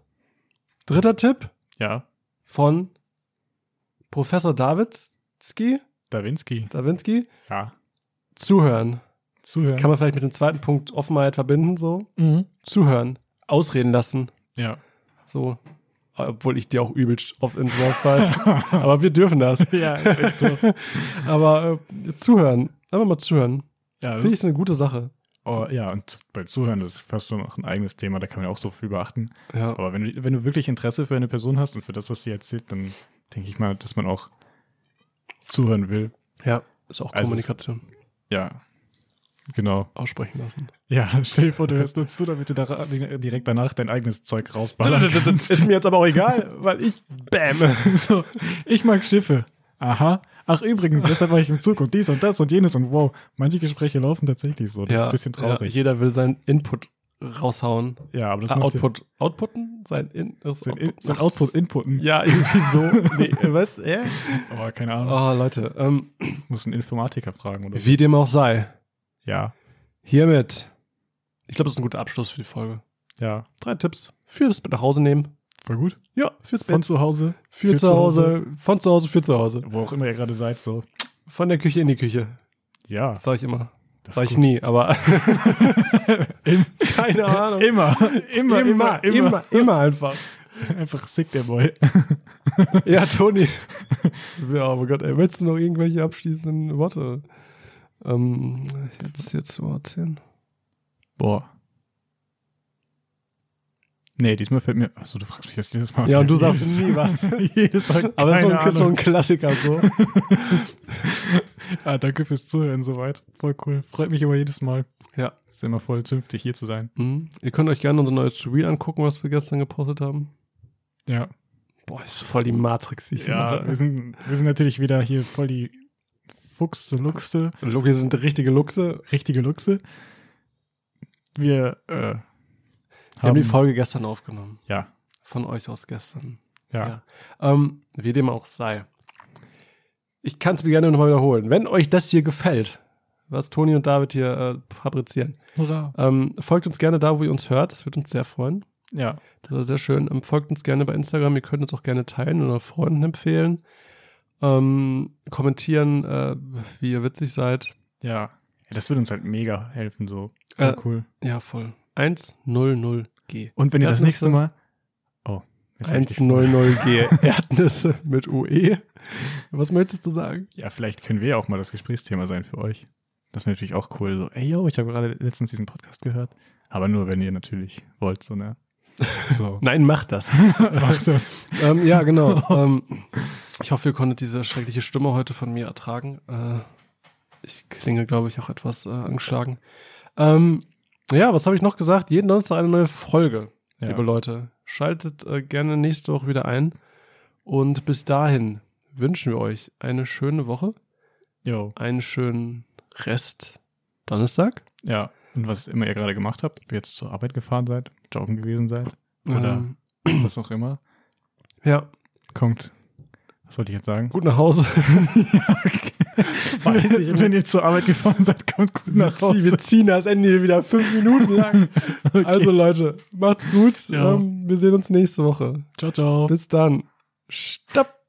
[SPEAKER 1] dritter Tipp
[SPEAKER 2] Ja,
[SPEAKER 1] von Professor Dawidzki,
[SPEAKER 2] Dawinski.
[SPEAKER 1] Dawinski,
[SPEAKER 2] Ja.
[SPEAKER 1] zuhören.
[SPEAKER 2] Zuhören.
[SPEAKER 1] Kann man vielleicht mit dem zweiten Punkt Offenheit verbinden, so.
[SPEAKER 2] mhm.
[SPEAKER 1] Zuhören, ausreden lassen,
[SPEAKER 2] Ja.
[SPEAKER 1] so. Obwohl ich dir auch übelst oft ins Wort fall. Aber wir dürfen das.
[SPEAKER 2] ja, ist echt so.
[SPEAKER 1] Aber äh, zuhören, einfach mal zuhören.
[SPEAKER 2] ja,
[SPEAKER 1] Finde
[SPEAKER 2] das,
[SPEAKER 1] ich eine gute Sache.
[SPEAKER 2] oh, ja, und beim Zuhören, das ist fast so noch ein eigenes Thema, da kann man ja auch so viel beachten.
[SPEAKER 1] Ja.
[SPEAKER 2] Aber wenn du, wenn du wirklich Interesse für eine Person hast und für das, was sie erzählt, dann denke ich mal, dass man auch zuhören will.
[SPEAKER 1] Ja, ist auch
[SPEAKER 2] Also es-
[SPEAKER 1] Kommunikation.
[SPEAKER 2] Ja. Genau.
[SPEAKER 1] Aussprechen lassen.
[SPEAKER 2] Ja, stell dir vor, du hörst nur zu, damit du da, direkt danach dein eigenes Zeug rausballern kannst.
[SPEAKER 1] ist mir jetzt aber auch egal, weil ich, bam.
[SPEAKER 2] So, ich mag Schiffe. Aha. Ach übrigens, deshalb war ich im Zug und dies und das und jenes und wow. Manche Gespräche laufen tatsächlich so. Das ist ein bisschen traurig.
[SPEAKER 1] Ja, jeder will seinen Input raushauen.
[SPEAKER 2] Ja, aber das
[SPEAKER 1] Ah,
[SPEAKER 2] macht
[SPEAKER 1] Output. Outputen? Sein, In, das
[SPEAKER 2] Ja, sein, In- sein Output, Inputen.
[SPEAKER 1] Ja, irgendwie so. nee, weißt du? Äh?
[SPEAKER 2] Aber keine Ahnung.
[SPEAKER 1] Oh, Leute. Ähm,
[SPEAKER 2] Muss einen Informatiker fragen oder so.
[SPEAKER 1] wie dem auch sei,
[SPEAKER 2] Ja,
[SPEAKER 1] hiermit. Ich glaube, das ist ein guter Abschluss für die Folge.
[SPEAKER 2] ja.
[SPEAKER 1] Drei Tipps. Fürs mit nach Hause nehmen.
[SPEAKER 2] Voll gut.
[SPEAKER 1] Ja, fürs
[SPEAKER 2] Von
[SPEAKER 1] Bett.
[SPEAKER 2] zu Hause.
[SPEAKER 1] Für, zu Hause. Von zu Hause, für zu Hause.
[SPEAKER 2] Wo auch immer ihr gerade seid, so.
[SPEAKER 1] Von der Küche in die Küche.
[SPEAKER 2] Ja.
[SPEAKER 1] Das sag ich immer.
[SPEAKER 2] Das
[SPEAKER 1] Sag
[SPEAKER 2] ist
[SPEAKER 1] ich
[SPEAKER 2] gut.
[SPEAKER 1] nie, aber keine Ahnung.
[SPEAKER 2] Immer, immer, immer, immer.
[SPEAKER 1] immer einfach.
[SPEAKER 2] Einfach sick, der Boy.
[SPEAKER 1] Ja, Toni. ja, aber Gott, ey, willst du noch irgendwelche abschließenden Worte? Ähm, jetzt hier zu erzählen.
[SPEAKER 2] Boah. Nee, diesmal fällt mir. Achso, du fragst mich das jedes Mal.
[SPEAKER 1] Ja, und du sagst
[SPEAKER 2] Jedes-
[SPEAKER 1] nie was.
[SPEAKER 2] jedes Mal.
[SPEAKER 1] Aber das ist so
[SPEAKER 2] keine
[SPEAKER 1] ein, so ein
[SPEAKER 2] Ahnung.
[SPEAKER 1] Klassiker so.
[SPEAKER 2] ah, danke fürs Zuhören soweit. Voll cool. Freut mich immer jedes Mal.
[SPEAKER 1] Ja.
[SPEAKER 2] Ist immer voll zünftig, hier zu sein.
[SPEAKER 1] Mhm. Ihr könnt euch gerne unser neues Reel angucken, was wir gestern gepostet haben.
[SPEAKER 2] Ja.
[SPEAKER 1] Boah, ist voll die Matrix, die ich
[SPEAKER 2] Ja, wir sind, wir sind natürlich wieder hier voll die Fuchste, Luchste,
[SPEAKER 1] Luchse sind richtige Luchse.
[SPEAKER 2] richtige Luchse. Wir äh, haben,
[SPEAKER 1] Wir haben die
[SPEAKER 2] Ähm.
[SPEAKER 1] Folge gestern aufgenommen.
[SPEAKER 2] Ja,
[SPEAKER 1] Von euch aus gestern.
[SPEAKER 2] ja.
[SPEAKER 1] Ja. Ähm, wie dem auch sei. Ich kann es mir gerne nochmal wiederholen. Wenn euch das hier gefällt, was Toni und David hier äh, fabrizieren,
[SPEAKER 2] Hurra.
[SPEAKER 1] ähm, folgt uns gerne da, wo ihr uns hört. Das wird uns sehr freuen.
[SPEAKER 2] Ja,
[SPEAKER 1] Das wäre sehr schön. Ähm, folgt uns gerne bei Instagram. Ihr könnt uns auch gerne teilen oder Freunden empfehlen. Ähm, kommentieren, äh, wie ihr witzig seid.
[SPEAKER 2] ja. Ja, Das würde uns halt mega helfen, so. Voll
[SPEAKER 1] Äh,
[SPEAKER 2] cool.
[SPEAKER 1] Ja, voll. 100G.
[SPEAKER 2] Und wenn ihr das
[SPEAKER 1] Erdnüsse.
[SPEAKER 2] nächste Mal. Oh, jetzt hab ich dich-
[SPEAKER 1] 100G. Erdnüsse mit UE. Was möchtest du sagen?
[SPEAKER 2] Ja, vielleicht können wir ja auch mal das Gesprächsthema sein für euch. Das wäre natürlich auch cool. So, ey, yo, ich habe gerade letztens diesen Podcast gehört. Aber nur, wenn ihr natürlich wollt, so, ne? So.
[SPEAKER 1] Nein, macht das.
[SPEAKER 2] Macht das.
[SPEAKER 1] ähm, ja, genau. ähm, ich hoffe, ihr konntet diese schreckliche Stimme heute von mir ertragen. Äh, Ich klinge, glaube ich, auch etwas äh, angeschlagen. Ähm, ja, was habe ich noch gesagt? Jeden Donnerstag eine neue Folge,
[SPEAKER 2] Ja.
[SPEAKER 1] liebe Leute. Schaltet äh, gerne nächste Woche wieder ein. Und bis dahin wünschen wir euch eine schöne Woche,
[SPEAKER 2] Jo.
[SPEAKER 1] einen schönen Rest Donnerstag.
[SPEAKER 2] Ja. Und was immer ihr gerade gemacht habt, ob ihr jetzt zur Arbeit gefahren seid, joggen gewesen seid, Oder-
[SPEAKER 1] Ähm,
[SPEAKER 2] was auch immer,
[SPEAKER 1] ja,
[SPEAKER 2] kommt. Was wollte ich jetzt sagen?
[SPEAKER 1] gut nach Hause. Weiß ich nicht.
[SPEAKER 2] Wenn ihr zur Arbeit gefahren seid, kommt gut nach Hause.
[SPEAKER 1] Wir ziehen das Ende hier wieder fünf Minuten lang. Also Leute, macht's gut.
[SPEAKER 2] Ja.
[SPEAKER 1] Ähm, wir sehen uns nächste Woche.
[SPEAKER 2] ciao, ciao.
[SPEAKER 1] Bis dann. Stopp.